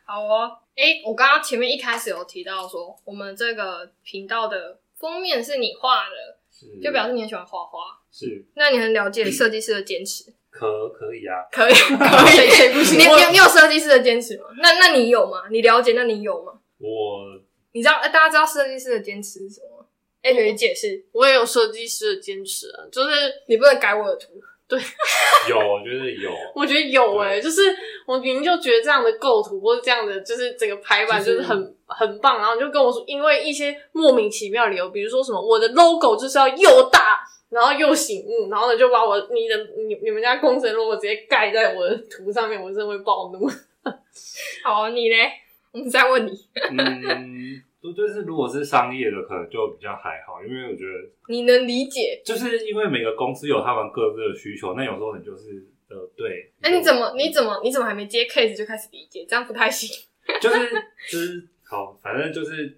[SPEAKER 1] 好哦，诶，我刚刚前面一开始有提到说，我们这个频道的封面是你画的，
[SPEAKER 3] 是
[SPEAKER 1] 就表示你很喜欢画画，
[SPEAKER 3] 是
[SPEAKER 1] 那你很了解设计师的坚持，
[SPEAKER 3] 可可以啊，
[SPEAKER 1] 可以，可
[SPEAKER 2] 谁谁不行
[SPEAKER 1] 你
[SPEAKER 2] 我
[SPEAKER 1] 你有你有设计师的坚持吗？那那你有吗？你了解？那你有吗？
[SPEAKER 3] 我
[SPEAKER 1] 你知道？呃大家知道设计师的坚持是什么吗？哎，可以解释，
[SPEAKER 2] 我也有设计师的坚持啊，就是
[SPEAKER 1] 你不能改我的图。
[SPEAKER 3] 有，我觉得有。
[SPEAKER 2] 我觉得有哎、
[SPEAKER 3] 对
[SPEAKER 2] 就是我明明就觉得这样的构图或者这样的就是整个排版
[SPEAKER 3] 就
[SPEAKER 2] 就是是很、很棒，然后你就跟我说，因为一些莫名其妙的理由，比如说什么我的 logo 就是要又大。然后又醒目，然后呢就把我你的你你们家工程 logo 直接盖在我的图上面，我真的会暴怒。
[SPEAKER 1] 好，你嘞？我们再问你，
[SPEAKER 3] 嗯，就就是如果是商业的，可能就比较还好，因为我觉得
[SPEAKER 1] 你能理解？
[SPEAKER 3] 就是因为每个公司有他们各自的需求，那有时候你就是呃，对，
[SPEAKER 1] 哎，你怎么你怎么你怎么还没接 case 就开始理解？这样不太行。
[SPEAKER 3] 就是就是好，反正就是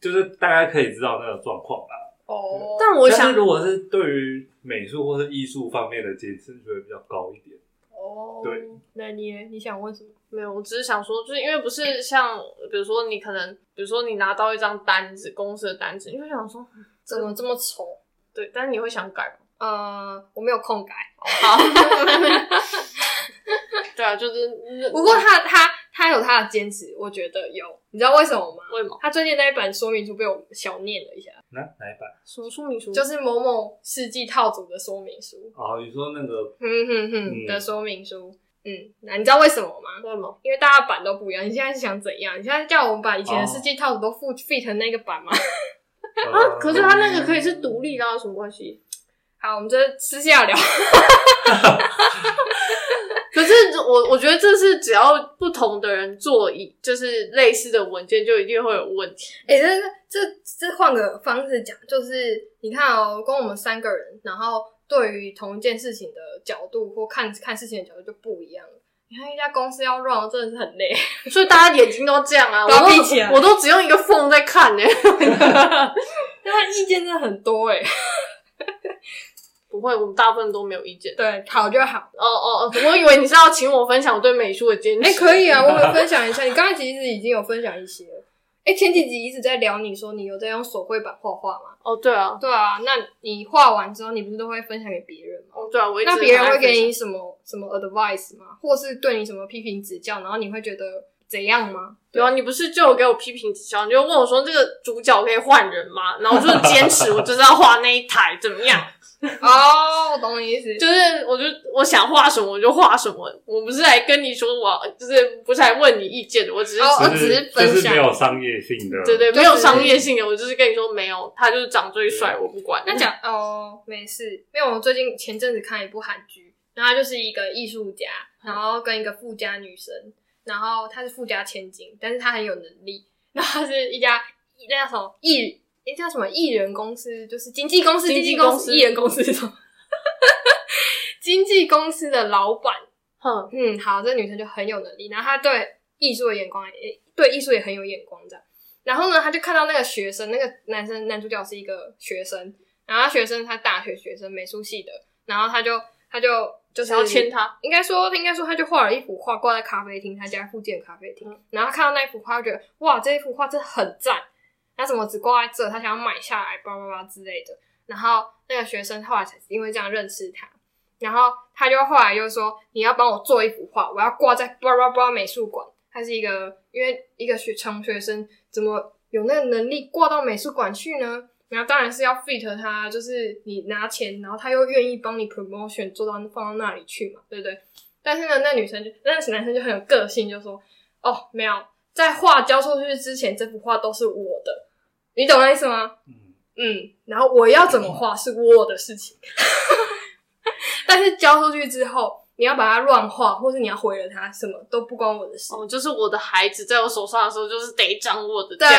[SPEAKER 3] 就是大家可以知道那个状况啦。
[SPEAKER 1] 哦
[SPEAKER 2] 但我
[SPEAKER 3] 但
[SPEAKER 2] 想
[SPEAKER 3] 是如果是对于美术或是艺术方面的坚持，就会比较高一点。
[SPEAKER 1] 哦，
[SPEAKER 3] 对，
[SPEAKER 1] 那你嘞你想问什么？
[SPEAKER 2] 没有，我只是想说，就是因为不是像，比如说你可能，比如说你拿到一张单子，公司的单子，你会想说，
[SPEAKER 1] 怎么这么丑？
[SPEAKER 2] 对，但是你会想改吗？哦
[SPEAKER 1] 呃，我没有空改。
[SPEAKER 2] 好， 对啊，就是，
[SPEAKER 1] 不过他他他有他的坚持，我觉得有。你知道为什么吗？
[SPEAKER 2] 为什么？
[SPEAKER 1] 他最近那一版说明书被我小念了一下，
[SPEAKER 3] 那哪一版？
[SPEAKER 2] 什么说明书？
[SPEAKER 1] 就是某某世纪套组的说明书，
[SPEAKER 3] 哦，你说那个
[SPEAKER 1] 哼哼哼
[SPEAKER 3] 嗯
[SPEAKER 1] 的说明书。嗯，那你知道为什么吗？
[SPEAKER 2] 为什么？
[SPEAKER 1] 因为大家版都不一样。你现在是想怎样？你现在叫我们把以前的世纪套组都复 fit 成那个版吗？
[SPEAKER 2] 啊，可是他那个可以是独立的啊，有什么关系？
[SPEAKER 1] 好，我们这私下聊。
[SPEAKER 2] 可是我我觉得这是只要不同的人做一就是类似的文件，就一定会有问题。
[SPEAKER 1] 哎、欸，这这这换个方式讲，就是你看哦，跟我们三个人，然后对于同一件事情的角度或看看事情的角度就不一样了。你看一家公司要 run 哦真的是很累，
[SPEAKER 2] 所以大家眼睛都这样 啊，我
[SPEAKER 1] 都要闭起来
[SPEAKER 2] 都我都只用一个缝在看呢、
[SPEAKER 1] 但他意见真的很多哎、
[SPEAKER 2] 不会，我们大部分都没有意见。
[SPEAKER 1] 对，好就好。
[SPEAKER 2] 哦哦，哦，我以为你是要请我分享我对美术的坚持。
[SPEAKER 1] 哎、可以啊，我们分享一下。你刚才其实已经有分享一些了。哎、前几集一直在聊你说你有在用手绘板画画吗？
[SPEAKER 2] 哦，对啊，
[SPEAKER 1] 对啊，那你画完之后，你不是都会分享给别人吗？
[SPEAKER 2] 哦对啊，我一直
[SPEAKER 1] 那别人
[SPEAKER 2] 很爱
[SPEAKER 1] 会给
[SPEAKER 2] 分享
[SPEAKER 1] 你什么什么 advice 吗？或是对你什么批评指教？然后你会觉得怎样 吗？
[SPEAKER 2] 有啊，你不是就有给我批评指教，你就问我说这个主角可以换人吗？然后我就坚持，我就是要画那一台，怎么样？
[SPEAKER 1] 哦，我懂你意思，
[SPEAKER 2] 就是我就我想画什么我就画什么，我不是来跟你说我要就是不是来问你意见的，我只是、
[SPEAKER 1] 哦
[SPEAKER 3] 就
[SPEAKER 1] 我
[SPEAKER 3] 呃是
[SPEAKER 1] 只是分
[SPEAKER 3] 就是
[SPEAKER 1] 享
[SPEAKER 3] 没有商业性的，
[SPEAKER 2] 对对
[SPEAKER 1] 就
[SPEAKER 2] 没有
[SPEAKER 1] 是
[SPEAKER 2] 商业性的，我就是跟你说没有，他就是长最帅，
[SPEAKER 3] 对
[SPEAKER 2] 我不管。
[SPEAKER 1] 那讲哦，没事，因为我最近前阵子看一部韩剧，然后她就是一个艺术家，然后跟一个富家女生，然后她是富家千金，但是她很有能力，然后她是一家那叫什么艺，诶叫什么艺人公司，就是经纪公司、
[SPEAKER 2] 经纪
[SPEAKER 1] 经纪公
[SPEAKER 2] 公司
[SPEAKER 1] 司、艺人公司是什么？ 经纪公司的老板，
[SPEAKER 2] 哼，
[SPEAKER 1] 嗯，好，这女生就很有能力，然后她对艺术的眼光也对艺术也很有眼光这样。然后呢，她就看到那个学生，那个男生男主角是一个学生，然后他学生他大学学生美术系的，然后他就他就就是
[SPEAKER 2] 想要签他，
[SPEAKER 1] 应该说应该说他就画了一幅画挂在咖啡厅，他家附近的咖啡厅，然后他看到那一幅画，就觉得哇，这一幅画真的很赞，他怎么只挂在这？他想要买下来，叭叭叭之类的。然后那个学生后来才因为这样认识他，然后他就后来就说：“你要帮我做一幅画，我要挂在叭叭叭美术馆。”他是一个因为一个学穷学生，怎么有那个能力挂到美术馆去呢？然后当然是要 fit 他，就是你拿钱，然后他又愿意帮你 promotion 做到放到那里去嘛，对不对？但是呢，那女生就那男生就很有个性，就说：“哦，没有，在画交出去之前，这幅画都是我的，你懂那意思吗？”
[SPEAKER 3] 嗯，
[SPEAKER 1] 嗯，然后我要怎么画是我的事情， 但是交出去之后，你要把它乱画，或是你要毁了它，什么都不关我的事。
[SPEAKER 2] 哦，就是我的孩子在我手上的时候，就是得掌握 的这
[SPEAKER 1] 对
[SPEAKER 2] 样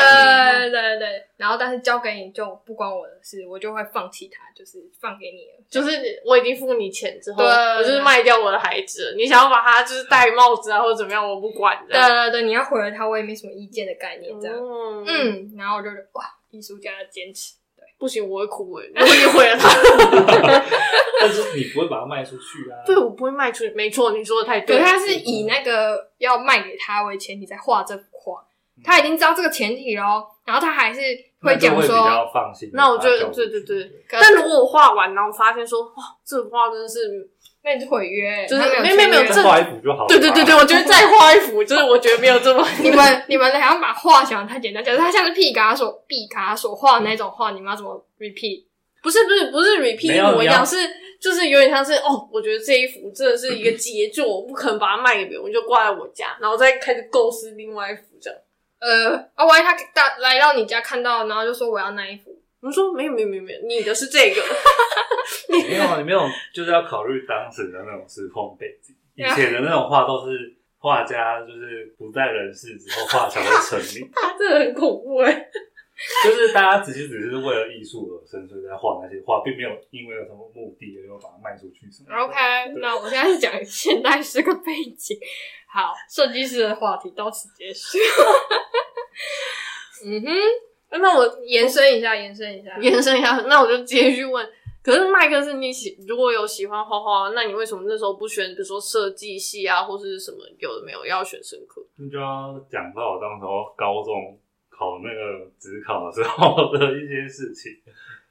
[SPEAKER 1] 对
[SPEAKER 2] 嗯子。
[SPEAKER 1] 对对，然后但是交给你就不关我的事，我就会放弃它，就是放给你了。
[SPEAKER 2] 就是我已经付你钱之后，
[SPEAKER 1] 对
[SPEAKER 2] 我就是卖掉我的孩子了。你想要把他就是戴帽子啊，或者怎么样，我不管
[SPEAKER 1] 对
[SPEAKER 2] 的。
[SPEAKER 1] 对对，你要毁了它，我也没什么意见的概念，这样。
[SPEAKER 2] 嗯嗯，
[SPEAKER 1] 嗯，然后我就觉得哇，艺术家的坚持，
[SPEAKER 2] 不行，我会哭诶、如果你毁了他，
[SPEAKER 3] 但是你不会把它卖出去啊，
[SPEAKER 2] 对，我不会卖出去。没错，你说的太
[SPEAKER 1] 可
[SPEAKER 2] 对
[SPEAKER 1] 是
[SPEAKER 2] 了。
[SPEAKER 1] 他是以那个要卖给他为前提在画这幅画，他已经知道这个前提咯，然后他还是
[SPEAKER 3] 那
[SPEAKER 1] 会
[SPEAKER 3] 就
[SPEAKER 1] 讲
[SPEAKER 3] 会比
[SPEAKER 1] 说，
[SPEAKER 3] 较放心地把
[SPEAKER 2] 那
[SPEAKER 3] 它
[SPEAKER 2] 我
[SPEAKER 3] 交
[SPEAKER 2] 就
[SPEAKER 3] 出去。
[SPEAKER 2] 对对对
[SPEAKER 1] 可
[SPEAKER 2] 但如果我画完，然后发现说，哇，这幅画真的是，
[SPEAKER 1] 那你就毁约，
[SPEAKER 2] 就是
[SPEAKER 1] 他没
[SPEAKER 2] 没有没
[SPEAKER 1] 签
[SPEAKER 2] 有
[SPEAKER 1] 约
[SPEAKER 2] 这
[SPEAKER 3] 再画一幅就好了吧。
[SPEAKER 2] 对对对对，我觉得再画一幅，就是我觉得没有 这么，
[SPEAKER 1] 你们你们还要把画想得太简单，假设他像是毕卡索毕卡索画的那种画，你们要怎么 repeat？
[SPEAKER 2] 不是不是不是 repeat
[SPEAKER 3] 没
[SPEAKER 2] 一
[SPEAKER 3] 有
[SPEAKER 2] 模一
[SPEAKER 3] 你
[SPEAKER 2] 样，
[SPEAKER 3] 要
[SPEAKER 2] 是就是有点像是哦，我觉得这一幅真的是一个杰作，我不可能把它卖给别人，我就挂在我家，然后再开始构思另外一幅这样。
[SPEAKER 1] 呃，啊，万一他到来到你家看到，然后就说我要那一幅，
[SPEAKER 2] 我说没有没有没有没有，你的是这个，
[SPEAKER 3] 没有，你没有，就是要考虑当时的那种时空背 景。以前的那种画都是画家，就是不在人世之后画才会成名，
[SPEAKER 2] 他真的很恐怖哎、
[SPEAKER 3] 就是大家只是只是为了艺术而生，所以在画那些画，并没有因为有什么目的而要把它卖出去什
[SPEAKER 2] 嗯
[SPEAKER 3] 么的。
[SPEAKER 1] OK，那我现在是讲现代诗个背景。好，设计师的话题到此结束。 嗯哼，
[SPEAKER 2] 那我
[SPEAKER 1] 延伸一下，延伸一下。
[SPEAKER 2] 延伸一下，那我就接续问。可是麦克是你喜如果有喜欢画画，那你为什么那时候不选，比如说设计系啊，或是什么有的没有要选生科？
[SPEAKER 3] 那就要讲到我当时候高中考那个职考的时候的一些事情。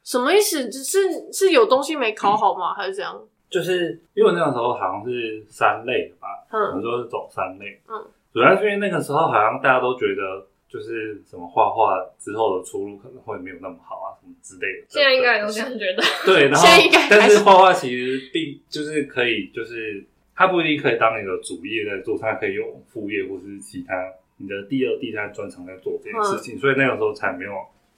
[SPEAKER 2] 什么意思？只是是有东西没考好
[SPEAKER 3] 嗯
[SPEAKER 2] 吗？还是怎样？
[SPEAKER 3] 就是因为那个时候好像是三类的吧，我
[SPEAKER 2] 嗯
[SPEAKER 3] 们说是走三类，
[SPEAKER 2] 嗯，
[SPEAKER 3] 主要是因为那个时候好像大家都觉得，就是什么画画之后的出路可能会没有那么好啊，什么之类的。
[SPEAKER 1] 现在应该也都这样觉得。
[SPEAKER 3] 对，然后
[SPEAKER 2] 现在应该还是
[SPEAKER 3] 但是画画其实并就是可以，就是它不一定可以当你的主业在做，它可以有副业或是其他你的第二、第三专长在做这件事情，所以那个时候才没有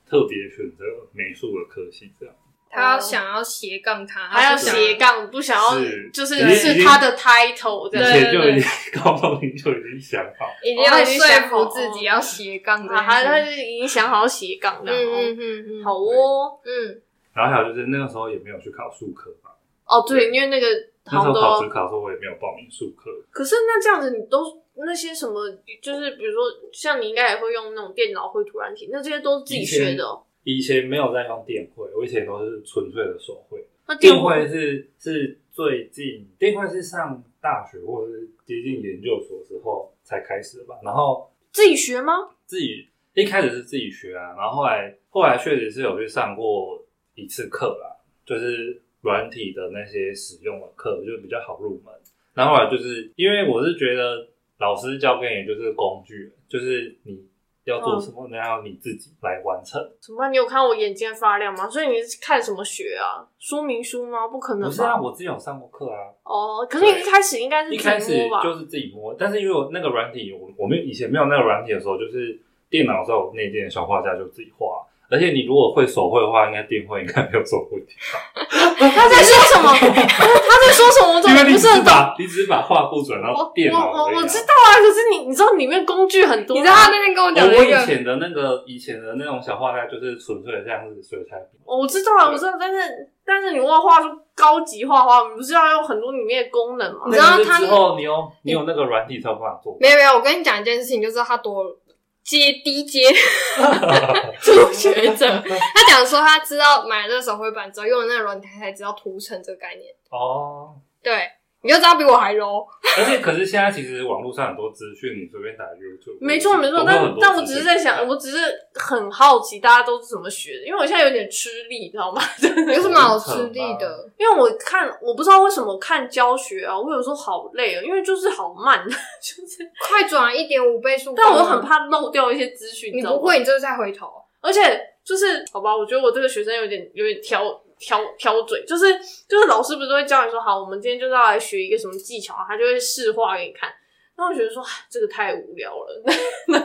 [SPEAKER 3] 特别选择美术的科系这样。
[SPEAKER 1] 他想要斜杠他，
[SPEAKER 2] 还哦要
[SPEAKER 1] 他不想
[SPEAKER 2] 斜杠，不想要
[SPEAKER 3] 是
[SPEAKER 2] 就是
[SPEAKER 3] 已经
[SPEAKER 2] 是他的 title 这
[SPEAKER 3] 以
[SPEAKER 1] 对
[SPEAKER 2] 样。
[SPEAKER 3] 前就已经 高中就已经想好，
[SPEAKER 1] 已经
[SPEAKER 2] 哦他
[SPEAKER 1] 要
[SPEAKER 2] 已经想
[SPEAKER 1] 说
[SPEAKER 2] 好
[SPEAKER 1] 服自己要斜杠的。
[SPEAKER 2] 啊，他他是已经想好斜杠
[SPEAKER 1] 嗯
[SPEAKER 2] 的。哦
[SPEAKER 1] 嗯嗯嗯，
[SPEAKER 2] 好哦，
[SPEAKER 1] 嗯，
[SPEAKER 3] 然后还有就是那个时候也没有去考数科吧。
[SPEAKER 2] 哦对，因为那个
[SPEAKER 3] 那
[SPEAKER 2] 好像
[SPEAKER 3] 时候
[SPEAKER 2] 都
[SPEAKER 3] 考
[SPEAKER 2] 要
[SPEAKER 3] 职考的时候，我也没有报名数科。
[SPEAKER 2] 可是那这样子，你都那些什么，就是比如说，像你应该也会用那种电脑绘图软体，那这些都是自己学的、哦。
[SPEAKER 3] 以前没有在用电绘，我以前都是纯粹的手绘。
[SPEAKER 2] 那
[SPEAKER 3] 电绘
[SPEAKER 2] 绘
[SPEAKER 3] 是是最近，电绘是上大学或者是接近研究所之后才开始的吧。然后
[SPEAKER 2] 自己学吗？
[SPEAKER 3] 自己一开始是自己学啊，然后后来后来确实是有去上过一次课啦，就是软体的那些使用的课，就比较好入门。然后后来就是因为我是觉得老师教给你就是工具，就是你要做什么，然后你自己来完成。
[SPEAKER 2] 怎么办？你有看我眼睛发亮吗？所以你是看什么学啊？说明书吗？不可能
[SPEAKER 3] 不
[SPEAKER 2] 吧？
[SPEAKER 3] 是啊，我之前有上过课啊，
[SPEAKER 2] 哦，可是你一开始应该是
[SPEAKER 3] 一开
[SPEAKER 2] 自
[SPEAKER 3] 始
[SPEAKER 2] 己摸吧？
[SPEAKER 3] 就是自己摸，但是因为我那个软体，我我们以前没有那个软体的时候，就是电脑的时候内建的小画家就自己画。而且你如果会手绘的话，应该电绘应该没有手绘，
[SPEAKER 2] 他 在说什么？ 他在说什 么？我怎
[SPEAKER 3] 因
[SPEAKER 2] 么
[SPEAKER 3] 为你
[SPEAKER 2] 不
[SPEAKER 3] 只
[SPEAKER 2] 是
[SPEAKER 3] 是
[SPEAKER 2] 很懂？
[SPEAKER 3] 把你只是把画布转
[SPEAKER 2] 我
[SPEAKER 3] 到电
[SPEAKER 2] 我
[SPEAKER 3] 脑而已啊。
[SPEAKER 2] 我我知道啊，可是你你知道里面工具很多啊
[SPEAKER 1] 你
[SPEAKER 2] 吗，
[SPEAKER 1] 知道他那天跟我讲
[SPEAKER 3] 哦
[SPEAKER 1] 了
[SPEAKER 3] 我
[SPEAKER 1] 一
[SPEAKER 3] 以
[SPEAKER 1] 个，
[SPEAKER 3] 前的那个以前的那种小画家，就是纯粹的像是水彩笔。
[SPEAKER 2] 哦我知道啊，我知道，但是但是你画画出高级画画，你不是要用很多里面的功能吗
[SPEAKER 1] 你？知道
[SPEAKER 3] 那个是
[SPEAKER 1] 他
[SPEAKER 3] 之后，你有你有那个软体才有办法做。
[SPEAKER 1] 没有没有，我跟你讲一件事情，就知道他多接低 阶初学者。他讲说他知道买了这个手绘板之后，用了那个软体才知道图层这个概念。
[SPEAKER 3] 哦，
[SPEAKER 1] 对，你就知道比我还 low。
[SPEAKER 3] 而且可是现在其实网络上很多资讯，你随便打 YouTube，
[SPEAKER 2] 没错没错，
[SPEAKER 3] 都会有很
[SPEAKER 2] 但
[SPEAKER 3] 多
[SPEAKER 2] 但我
[SPEAKER 3] 资
[SPEAKER 2] 只
[SPEAKER 3] 讯
[SPEAKER 2] 是在想，我只是很好奇大家都是怎么学的，因为我现在有点吃力，你知道吗？
[SPEAKER 1] 有什么好吃力
[SPEAKER 3] 很
[SPEAKER 1] 的？
[SPEAKER 2] 因为我看我不知道为什么看教学啊，我有时候好累啊，因为就是好慢， 就是，
[SPEAKER 1] 快转一点五倍速，
[SPEAKER 2] 但我又很。怕漏掉一些资讯，
[SPEAKER 1] 你
[SPEAKER 2] 知道
[SPEAKER 1] 不
[SPEAKER 2] 吗
[SPEAKER 1] 会，你就是在回头。
[SPEAKER 2] 而且就是好吧，我觉得我这个学生有点有点挑挑挑嘴，就是就是老师不是都会教你说，好，我们今天就是要来学一个什么技巧，他就会试画给你看。然后我觉得说，哎这个太无聊了，
[SPEAKER 1] 那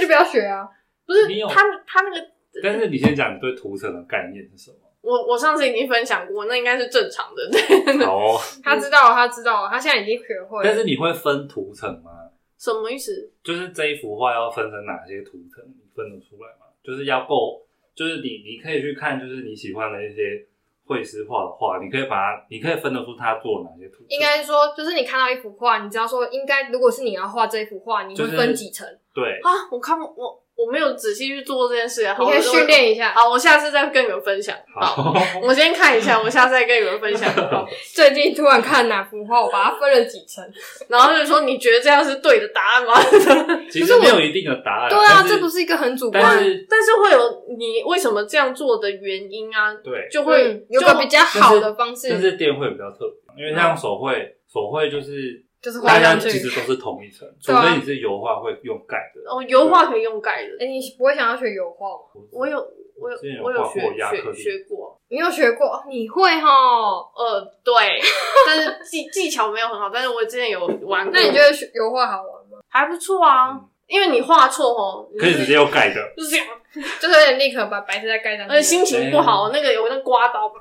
[SPEAKER 1] 就不要学啊！
[SPEAKER 2] 不是
[SPEAKER 3] 你有
[SPEAKER 2] 他他那个，
[SPEAKER 3] 但是你先讲你对图层的概念是什么？
[SPEAKER 2] 我我上次已经分享过，那应该是正常的，对，
[SPEAKER 3] 好哦，
[SPEAKER 1] 他知道了，他知道了，他现在已经学会了。
[SPEAKER 3] 但是你会分图层吗？
[SPEAKER 2] 什么意思？
[SPEAKER 3] 就是这一幅画要分成哪些图层，你分得出来吗？就是要够，就是你你可以去看，就是你喜欢的一些绘师画的画，你可以把它，你可以分得出他做哪些图层。
[SPEAKER 1] 应该说，就是你看到一幅画，你知道说，应该如果是你要画这幅画，你会分几层，
[SPEAKER 3] 对，
[SPEAKER 2] 啊，我看不我我没有仔细去做这件事，好
[SPEAKER 1] 你可以
[SPEAKER 2] 我就
[SPEAKER 1] 训练一下。
[SPEAKER 2] 好，我下次再跟你们分享。好，
[SPEAKER 3] 好，
[SPEAKER 2] 我先看一下，我下次再跟你们分享。好
[SPEAKER 1] 最近突然看哪幅画，我把它分了几层。
[SPEAKER 2] 然后就说你觉得这样是对的答案吗？
[SPEAKER 3] 其实没有一定的答案。
[SPEAKER 1] 对啊，
[SPEAKER 3] 但
[SPEAKER 1] 这不是一个很主观
[SPEAKER 3] 但是
[SPEAKER 2] 但是会有你为什么这样做的原因啊，
[SPEAKER 3] 对，
[SPEAKER 2] 就会、
[SPEAKER 1] 嗯有个比较好的方
[SPEAKER 3] 但
[SPEAKER 1] 式，
[SPEAKER 3] 是电绘比较特别，因为像手绘，手绘就是
[SPEAKER 1] 嗯就是画
[SPEAKER 3] 大家
[SPEAKER 1] 上
[SPEAKER 3] 其
[SPEAKER 1] 去。
[SPEAKER 3] 实都是同一层，除
[SPEAKER 1] 对啊
[SPEAKER 3] 非你是油画会用盖的。
[SPEAKER 2] 就哦，油画可以用盖的。
[SPEAKER 1] 哎，你不会想要学油画吗？
[SPEAKER 2] 我有我有
[SPEAKER 3] 之前有
[SPEAKER 2] 我
[SPEAKER 3] 画
[SPEAKER 2] 学
[SPEAKER 3] 过亚
[SPEAKER 2] 学
[SPEAKER 3] 克力
[SPEAKER 2] 学过，
[SPEAKER 1] 你有学过？你会哈？
[SPEAKER 2] 呃，对，但是技 技巧没有很好，但是我之前有玩过，
[SPEAKER 1] 那你觉得学油画好玩吗？
[SPEAKER 2] 还不错啊？
[SPEAKER 3] 嗯
[SPEAKER 2] 因为你画错哦，你
[SPEAKER 3] 可以直接用盖的，
[SPEAKER 2] 就是这样，
[SPEAKER 1] 就是有点立刻把白色再盖上去。
[SPEAKER 2] 而且呃心情不
[SPEAKER 3] 哎
[SPEAKER 2] 好，那个有那刮刀，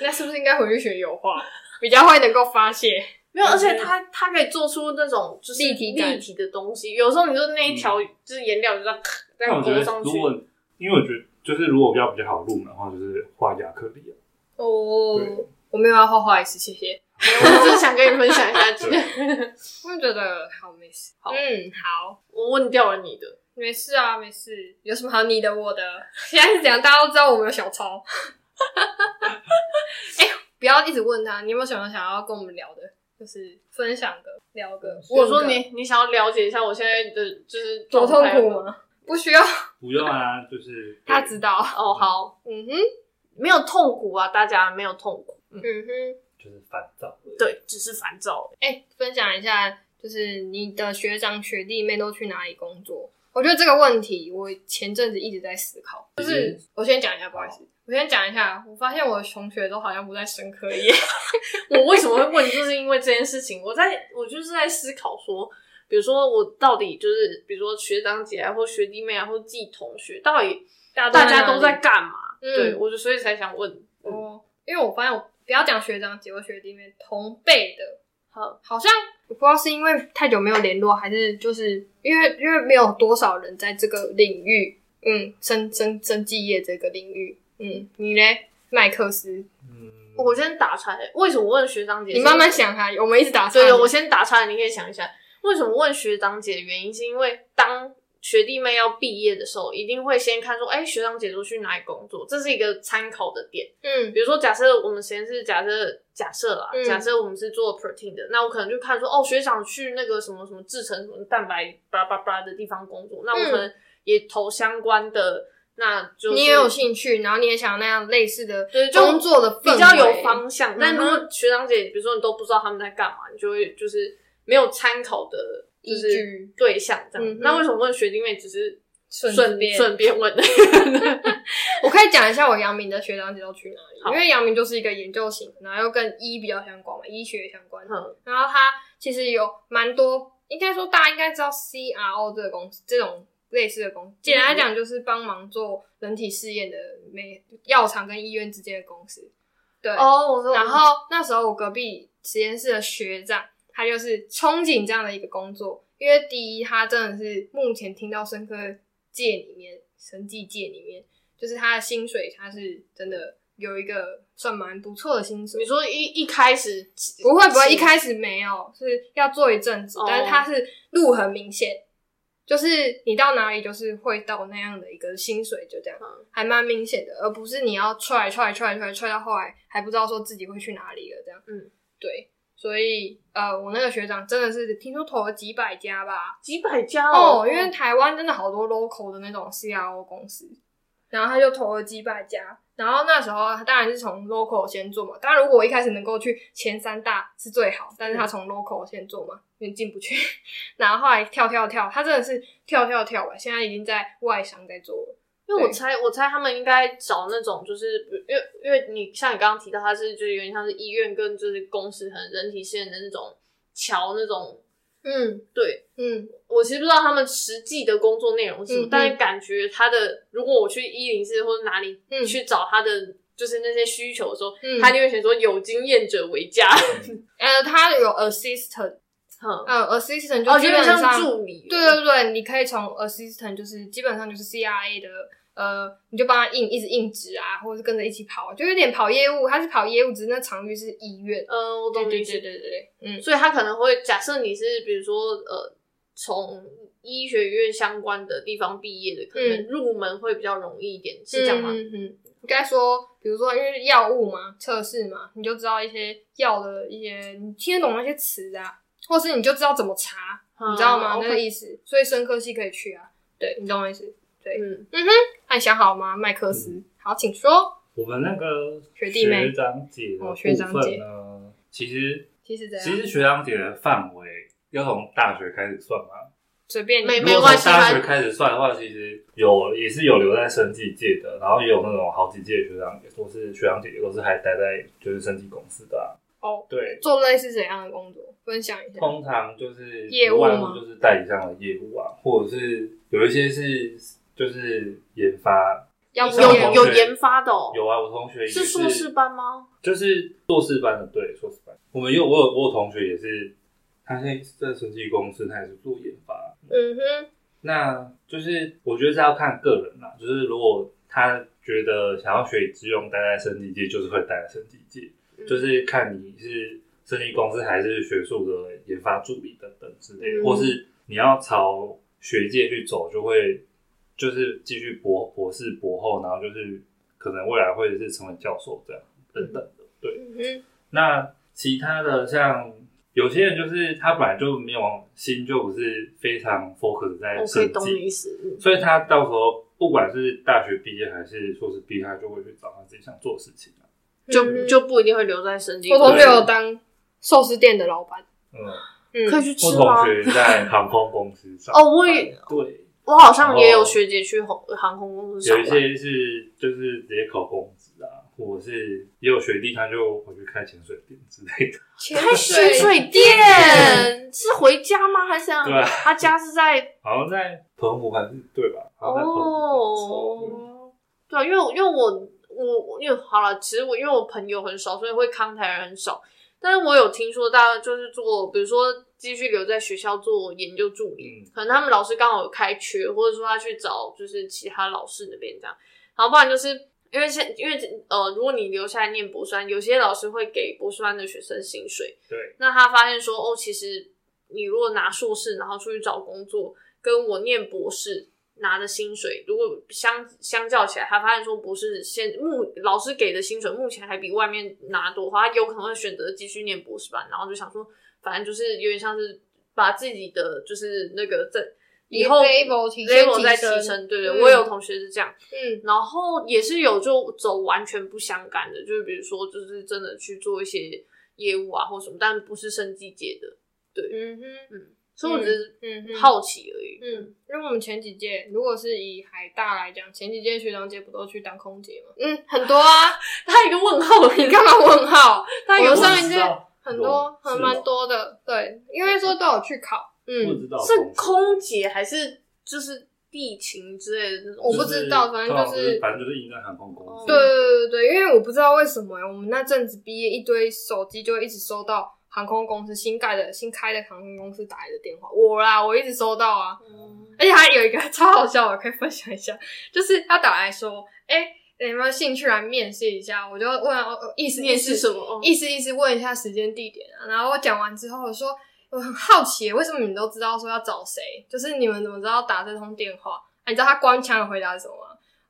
[SPEAKER 1] 那是不是应该回去学油画，比较会能够发泄？
[SPEAKER 2] 没有，而且它它可以做出那种就
[SPEAKER 1] 嗯
[SPEAKER 2] 是
[SPEAKER 1] 立体感
[SPEAKER 2] 立体的东西，有时候你就那一条就是颜料就这样咔这
[SPEAKER 3] 但
[SPEAKER 2] 样
[SPEAKER 3] 嗯我觉
[SPEAKER 2] 勾
[SPEAKER 3] 得
[SPEAKER 2] 上去
[SPEAKER 3] 如，果因为我觉得就是如果要比较好入门的话，就是画亚克力啊。
[SPEAKER 1] 哦
[SPEAKER 3] 对，
[SPEAKER 1] 我没有要画画意思，谢谢。
[SPEAKER 2] 我只是想跟你分享一下 这个，
[SPEAKER 1] 我也觉得好没事。
[SPEAKER 2] 好
[SPEAKER 1] 嗯，好，
[SPEAKER 2] 我问掉了你的。
[SPEAKER 1] 没事啊，没事。有什么好你的我的？ 现在是怎样？大家都知道我们有小抄。 哎、不要一直问他，你有没有什么想要跟我们聊的？就是分享的，聊个。
[SPEAKER 2] 嗯我说
[SPEAKER 1] 问个
[SPEAKER 2] 你，你想要了解一下我现在的就是
[SPEAKER 1] 多痛
[SPEAKER 2] 状态
[SPEAKER 1] 苦吗？不需要，
[SPEAKER 3] 不用啊，就是
[SPEAKER 1] 他知道。
[SPEAKER 2] 哦，好，
[SPEAKER 1] 嗯哼，
[SPEAKER 2] 没有痛苦啊，大家没有痛苦，嗯，
[SPEAKER 1] 嗯哼。
[SPEAKER 3] 就是烦躁。
[SPEAKER 2] 对，只是烦躁。
[SPEAKER 1] 哎、分享一下，就是你的学长学弟妹都去哪里工作？我觉得这个问题，我前阵子一直在思考。
[SPEAKER 2] 嗯
[SPEAKER 1] 就是我先讲一下，不好意思，我先讲一下，我发现我的同学都好像不在生科业。
[SPEAKER 2] 我为什么会问，就是因为这件事情，我在我就是在思考说，比如说我到底就是，比如说学长姐啊，或学弟妹啊，或系同学，到底
[SPEAKER 1] 大
[SPEAKER 2] 大家都
[SPEAKER 1] 在
[SPEAKER 2] 在
[SPEAKER 1] 哪里
[SPEAKER 2] 干嘛？
[SPEAKER 1] 嗯
[SPEAKER 2] 对，我就所以才想问，嗯
[SPEAKER 1] 哦，因为我发现我不要讲学长姐或学弟妹，同辈的
[SPEAKER 2] 好，
[SPEAKER 1] 好像我不知道是因为太久没有联络，还是就是因为因为没有多少人在这个领域，嗯，生生生技业这个领域，嗯，你嘞，麦克斯，
[SPEAKER 3] 嗯，
[SPEAKER 2] 我先打岔，为什么问学长姐？
[SPEAKER 1] 你慢慢想哈，我们一直打岔。
[SPEAKER 2] 对，我先打岔，你可以想一下，为什么问学长姐的原因，是因为当学弟妹要毕业的时候，一定会先看说，哎、学长姐都去哪里工作，这是一个参考的点。
[SPEAKER 1] 嗯
[SPEAKER 2] 比如说，假设我们实验室，假设假设啦，
[SPEAKER 1] 嗯
[SPEAKER 2] 假设我们是做 protein 的，那我可能就看说，哦，学长去那个什么什么制成什么蛋白巴拉巴拉的地方工作，那我可能也投相关的，那就是
[SPEAKER 1] 嗯你也有兴趣，然后你也想要那样类似的
[SPEAKER 2] 对就
[SPEAKER 1] 工作的氛围
[SPEAKER 2] 比较有方向
[SPEAKER 1] 嗯。
[SPEAKER 2] 但如果学长姐，比如说你都不知道他们在干嘛，你就会就是没有参考的就
[SPEAKER 1] 依
[SPEAKER 2] 是
[SPEAKER 1] 据
[SPEAKER 2] 对象这样。
[SPEAKER 1] 嗯哼
[SPEAKER 2] 那为什么问学弟妹只是
[SPEAKER 1] 顺
[SPEAKER 2] 顺
[SPEAKER 1] 便
[SPEAKER 2] 顺便问的？
[SPEAKER 1] 我可以讲一下我阳明的学长姐都去哪
[SPEAKER 2] 好
[SPEAKER 1] 里，因为阳明就是一个研究型，然后又跟医比较相关嘛，医学相关。
[SPEAKER 2] 嗯
[SPEAKER 1] 然后它其实有蛮多，应该说大家应该知道 CRO 这个公司这种类似的公
[SPEAKER 2] 嗯
[SPEAKER 1] 司，简单来讲就是帮忙做人体试验的美药厂跟医院之间的公司。对，
[SPEAKER 2] 哦，我说
[SPEAKER 1] 然后那时候我隔壁实验室的学长，他就是憧憬这样的一个工作，因为第一，他真的是目前听到生科界里面、生技界里面，就是他的薪水，他是真的有一个算蛮不错的薪水
[SPEAKER 2] 你。说一一开始
[SPEAKER 1] 不会不会，
[SPEAKER 2] 是
[SPEAKER 1] 一开始没有，是要做一阵子
[SPEAKER 2] 哦，
[SPEAKER 1] 但是它是路很明显，就是你到哪里就是会到那样的一个薪水，就这样，
[SPEAKER 2] 嗯
[SPEAKER 1] 还蛮明显的，而不是你要踹踹踹踹踹到后来还不知道说自己会去哪里了，这样，
[SPEAKER 2] 嗯，
[SPEAKER 1] 对，所以呃，我那个学长真的是听说投了几百家吧，
[SPEAKER 2] 几百家
[SPEAKER 1] 哦，因
[SPEAKER 2] 嗯
[SPEAKER 1] 为台湾真的好多 local 的那种 CRO 公司，然后他就投了几百家。然后那时候他当然是从 local 先做嘛，当然如果我一开始能够去前三大是最好，但是他从 local 先做嘛，因为进不去。 然后后来跳跳跳，他真的是跳跳跳吧，现在已经在外商在做了。
[SPEAKER 2] 因为我
[SPEAKER 1] 对
[SPEAKER 2] 猜，我猜他们应该找那种，就是因为因为你像你刚刚提到，它是就是有点像是医院跟就是公司可能人体试验的那种桥那种。
[SPEAKER 1] 嗯
[SPEAKER 2] 对
[SPEAKER 1] 嗯，
[SPEAKER 2] 我其实不知道他们实际的工作内容是什么，
[SPEAKER 1] 嗯嗯
[SPEAKER 2] 但是感觉他的如果我去一零四或者哪里
[SPEAKER 1] 嗯
[SPEAKER 2] 去找他的就是那些需求的时候，
[SPEAKER 1] 嗯
[SPEAKER 2] 他就会写说有经验者为佳，
[SPEAKER 1] 呃，他有 assistant，
[SPEAKER 2] 嗯，
[SPEAKER 1] 呃，assistant
[SPEAKER 2] 哦，
[SPEAKER 1] 就基
[SPEAKER 2] 有点
[SPEAKER 1] 本上、
[SPEAKER 2] 像助理，
[SPEAKER 1] 对啊对对，你可以从 assistant 就是基本上就是 CRA 的，呃，你就帮他印一直印纸啊，或者是跟着一起跑，就有点跑业务，他是跑业务，只是那场域是医院。啊
[SPEAKER 2] 嗯，我
[SPEAKER 1] 对
[SPEAKER 2] 懂你
[SPEAKER 1] 对
[SPEAKER 2] 意思
[SPEAKER 1] 对，对对，嗯
[SPEAKER 2] 所以他可能会假设你是比如说呃从医学院相关的地方毕业的，可能入门会比较容易一点，是这样吗？
[SPEAKER 1] 嗯嗯嗯嗯，应该说，比如说因为药物嘛，测试嘛，你就知道一些药的一些，你听得懂那些词啊，或是你就知道怎么查，你知道吗？
[SPEAKER 2] 嗯
[SPEAKER 1] 那个意思，所以生科系可以去啊。对你懂我意思？
[SPEAKER 2] 嗯，
[SPEAKER 1] 那你想好了吗，麦克斯？好，请说。
[SPEAKER 3] 我们那个
[SPEAKER 1] 学弟妹
[SPEAKER 3] 长姐的
[SPEAKER 1] 哦
[SPEAKER 3] 部
[SPEAKER 1] 学长姐
[SPEAKER 3] 分呢，其实
[SPEAKER 1] 其实怎
[SPEAKER 3] 其实
[SPEAKER 1] 样？
[SPEAKER 3] 学长姐的范围要从大学开始算嘛。
[SPEAKER 1] 随便你。
[SPEAKER 2] 没
[SPEAKER 3] 如
[SPEAKER 2] 没
[SPEAKER 3] 果
[SPEAKER 2] 关
[SPEAKER 3] 从
[SPEAKER 2] 系
[SPEAKER 3] 大
[SPEAKER 2] 他
[SPEAKER 3] 学开始算的话，其实有也是有留在生技界的，然后也有那种好几届的学长姐，都是学长姐姐都是还待在就是生技公司的、啊。
[SPEAKER 1] 哦，
[SPEAKER 3] 对，
[SPEAKER 1] 做类似怎样的工作？分享一下。
[SPEAKER 3] 通常就是
[SPEAKER 1] 业务吗
[SPEAKER 3] 不外乎就是代理商的业务啊，或者是有一些是就是研发。
[SPEAKER 1] 要
[SPEAKER 3] 上
[SPEAKER 1] 业
[SPEAKER 2] 有
[SPEAKER 1] 务
[SPEAKER 2] 有研发的哦，
[SPEAKER 3] 有啊，我同学也
[SPEAKER 2] 是硕士班吗？
[SPEAKER 3] 就是硕士班的，对，硕士班。我们有我有我有同学也是，他现在在生技公司，他也是做研发。
[SPEAKER 1] 嗯哼，
[SPEAKER 3] 那就是我觉得是要看个人啦，就是如果他觉得想要学以致用，待在生技界，就是会待在生技界，
[SPEAKER 2] 嗯
[SPEAKER 3] 就是看你是生技公司还是学术的研发助理等等之类的，
[SPEAKER 2] 嗯
[SPEAKER 3] 或是你要朝学界去走，就会就是继续博博士博后，然后就是可能未来会是成为教授这样等等的，对。
[SPEAKER 1] 嗯
[SPEAKER 3] 那其他的像有些人就是他本来就没有心，就不是非常 focus 在
[SPEAKER 2] 我可哦以
[SPEAKER 3] 设
[SPEAKER 2] 懂你意
[SPEAKER 3] 计，
[SPEAKER 2] 思，嗯
[SPEAKER 3] 所以他到时候不管是大学毕业还是硕士毕业，他就会去找他自己想做的事情啊
[SPEAKER 1] 嗯哼，
[SPEAKER 2] 就就不一定会留在生技
[SPEAKER 1] 我
[SPEAKER 2] 公司。
[SPEAKER 1] 同学有当寿司店的老板，
[SPEAKER 3] 嗯，
[SPEAKER 1] 嗯，
[SPEAKER 2] 可以去
[SPEAKER 3] 我
[SPEAKER 2] 吃吗
[SPEAKER 3] 同？学在航空公司上班
[SPEAKER 2] 哦我也
[SPEAKER 3] 对，
[SPEAKER 2] 我好像也有学姐去航航空公司上
[SPEAKER 3] 有一
[SPEAKER 2] 班，
[SPEAKER 3] 些是就是直接考公职啊，或者是也有学弟他就回去开潜水店之类的，
[SPEAKER 1] 潜
[SPEAKER 2] 潜水店是回家吗？还是怎样
[SPEAKER 3] 对啊
[SPEAKER 2] 他家是在
[SPEAKER 3] 好像在澎湖还是对吧？好像在澎湖吧，
[SPEAKER 2] 哦，对啊，因为我因为我我我因为好了，其实我因为我朋友很少，所以会康台人很少。但是我有听说，大家就是做，比如说继续留在学校做研究助理，
[SPEAKER 3] 嗯
[SPEAKER 2] 可能他们老师刚好有开缺，或者说他去找就是其他老师那边这样。然后不然就是因为现因为呃，如果你留下来念博士班，有些老师会给博士班的学生薪水，
[SPEAKER 3] 对。
[SPEAKER 2] 那他发现说，哦，其实你如果拿硕士，然后出去找工作，跟我念博士拿的薪水，如果相相较起来，他发现说博士现目老师给的薪水目前还比外面拿多的话，他有可能会选择继续念博士班，然后就想说，反正就是有点像是把自己的就是那个在以后
[SPEAKER 1] level 提先
[SPEAKER 2] level
[SPEAKER 1] 提
[SPEAKER 2] 再提
[SPEAKER 1] 升
[SPEAKER 2] 升，对
[SPEAKER 1] 嗯
[SPEAKER 2] 对，我有同学是这样。
[SPEAKER 1] 嗯
[SPEAKER 2] 然后也是有就走完全不相干的，就是比如说就是真的去做一些业务啊或什么，但不是生计界的。
[SPEAKER 1] 嗯哼，
[SPEAKER 2] 嗯，所以我只是
[SPEAKER 1] 嗯，
[SPEAKER 2] 好奇而已。
[SPEAKER 1] 嗯，因为我们前几届，如果是以海大来讲，前几届学长姐不都去当空姐吗？嗯，很多啊，
[SPEAKER 2] 他一个问号而已，
[SPEAKER 1] 你干嘛问号？
[SPEAKER 2] 他一
[SPEAKER 1] 我
[SPEAKER 2] 个
[SPEAKER 1] 们上一
[SPEAKER 3] 我
[SPEAKER 1] 届
[SPEAKER 3] 知道
[SPEAKER 1] 很多，
[SPEAKER 3] 有
[SPEAKER 1] 还蛮多的，对，因为说都有去考，
[SPEAKER 3] 不
[SPEAKER 1] 嗯，
[SPEAKER 3] 知道
[SPEAKER 2] 是空姐还是就是地勤之类的那种？
[SPEAKER 1] 我不知道反正就是
[SPEAKER 3] 是反正就是应该航空公司。
[SPEAKER 1] 对对对对，因为我不知道为什么、我们那阵子毕业，一堆手机就一直收到航空公司新盖的新开的航空公司打来的电话，我啦，我一直收到啊，而且还有一个 超好笑的，我可以分享一下，就是他打来说，哎、你有没有兴趣来面试一下？我就问哦，意思
[SPEAKER 2] 面试
[SPEAKER 1] 意思
[SPEAKER 2] 什么？
[SPEAKER 1] 意思意思问一下时间地点啊。然后我讲完之后，我说我很好奇，为什么你们都知道说要找谁？就是你们怎么知道打这通电话？啊、你知道他官腔的回答是什么吗？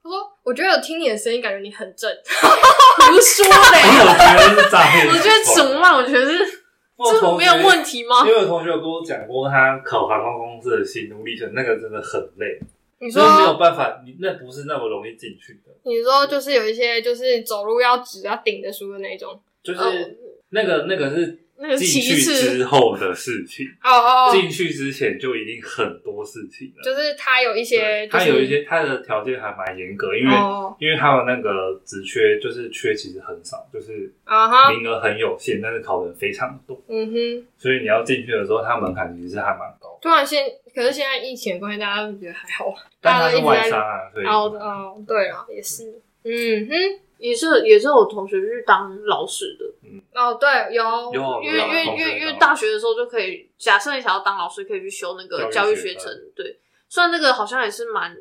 [SPEAKER 1] 他说：“我觉得有听你的声音，感觉你很正。
[SPEAKER 2] 胡说
[SPEAKER 3] 因
[SPEAKER 2] 嘞！
[SPEAKER 3] 为我觉得是诈骗。
[SPEAKER 2] 我觉得什么嘛？我觉得是
[SPEAKER 3] 我
[SPEAKER 2] 这
[SPEAKER 3] 同学
[SPEAKER 2] 没有问题 吗
[SPEAKER 3] 因？为有同学有跟我讲过，他考航空公司的心路历程，那个真的很累，”
[SPEAKER 1] 你
[SPEAKER 3] 所以没有
[SPEAKER 1] 说，
[SPEAKER 3] 办法，你那不是那么容易进去的。
[SPEAKER 1] 你说就是有一些就是走路要直要顶着书的那种。哦
[SPEAKER 3] 就是那个那个是
[SPEAKER 2] 那个
[SPEAKER 3] 进
[SPEAKER 2] 其
[SPEAKER 3] 去
[SPEAKER 2] 次
[SPEAKER 3] 之后的事情，
[SPEAKER 1] 哦哦，哦
[SPEAKER 3] 进去之前就已经很多事情了。
[SPEAKER 1] 就是他有一些，就
[SPEAKER 3] 对，
[SPEAKER 1] 是、
[SPEAKER 3] 他有一些他的条件还蛮严格，因为
[SPEAKER 1] 哦
[SPEAKER 3] 因为他们那个职缺就是缺其实很少，就是
[SPEAKER 1] 啊哈，
[SPEAKER 3] 名额很有限，但是考的人非常多，
[SPEAKER 1] 嗯哼。
[SPEAKER 3] 所以你要进去的时候，它门槛其实是还蛮高的。
[SPEAKER 1] 突然现，可是现在疫情的关系，大家都觉得还好。
[SPEAKER 3] 但它
[SPEAKER 1] 大家都一
[SPEAKER 3] 是
[SPEAKER 1] 直在
[SPEAKER 3] 外商啊，所以
[SPEAKER 1] 哦哦，对了，也是，嗯哼。
[SPEAKER 2] 也是也是我同学去当老师的，
[SPEAKER 1] 哦，对，有
[SPEAKER 3] 有啊
[SPEAKER 2] 因为因为因为因为大学的时候就可以，假设你想要当老师，可以去修那个
[SPEAKER 3] 教
[SPEAKER 2] 教
[SPEAKER 3] 育
[SPEAKER 2] 育
[SPEAKER 3] 学
[SPEAKER 2] 学
[SPEAKER 3] 分
[SPEAKER 2] 程。对，虽然那个好像也是蛮，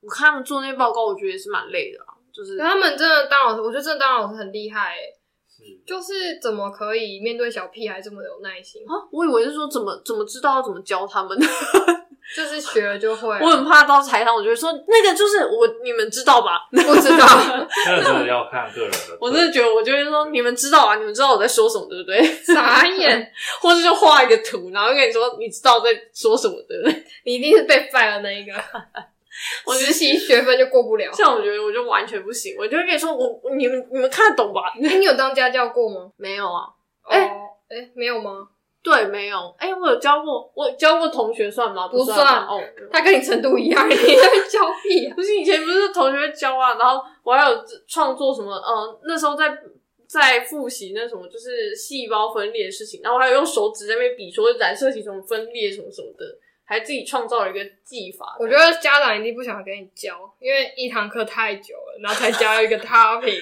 [SPEAKER 2] 我看他们做那些报告，我觉得也是蛮累的啊，就是
[SPEAKER 1] 可他们真的当老师，我觉得真的当老师很厉害欸，
[SPEAKER 3] 是
[SPEAKER 1] 就是怎么可以面对小屁孩这么有耐心，
[SPEAKER 2] 啊，我以为是说怎么怎么知道要怎么教他们，
[SPEAKER 1] 就是学了就会啊、
[SPEAKER 2] 我很怕到台上我就会说那个就是我你们知道吧？
[SPEAKER 1] 不知道，
[SPEAKER 3] 那个 真的要看个人的。
[SPEAKER 2] 我真的觉得我就会说你们知道啊，你们知道我在说什么对不对？
[SPEAKER 1] 傻眼，
[SPEAKER 2] 或者就画一个图，然后跟你说你知道在说什么对不对？
[SPEAKER 1] 你一定是被 fire 的那一个，
[SPEAKER 2] 我
[SPEAKER 1] 实习学分就过不了。
[SPEAKER 2] 像我觉得我就完全不行，我就会跟你说我你们你们看得懂吧？
[SPEAKER 1] 哎，你有当家教过吗？
[SPEAKER 2] 没有啊。
[SPEAKER 1] 哎
[SPEAKER 2] 哎
[SPEAKER 1] 哎、没有吗？
[SPEAKER 2] 对，没有。哎、我有教过，我有教过同学算吗？
[SPEAKER 1] 不
[SPEAKER 2] 算
[SPEAKER 1] 算
[SPEAKER 2] 吧哦。
[SPEAKER 1] 他跟你程度一样，你在教屁啊？
[SPEAKER 2] 不是以前不是同学教啊，然后我还有创作什么，呃，那时候在在复习那什么，就是细胞分裂的事情，然后我还有用手指在那边比说染色体怎么分裂什么什么的，还自己创造了一个技法。
[SPEAKER 1] 我觉得家长一定不想给你教，因为一堂课太久了，然后才教一个 topic，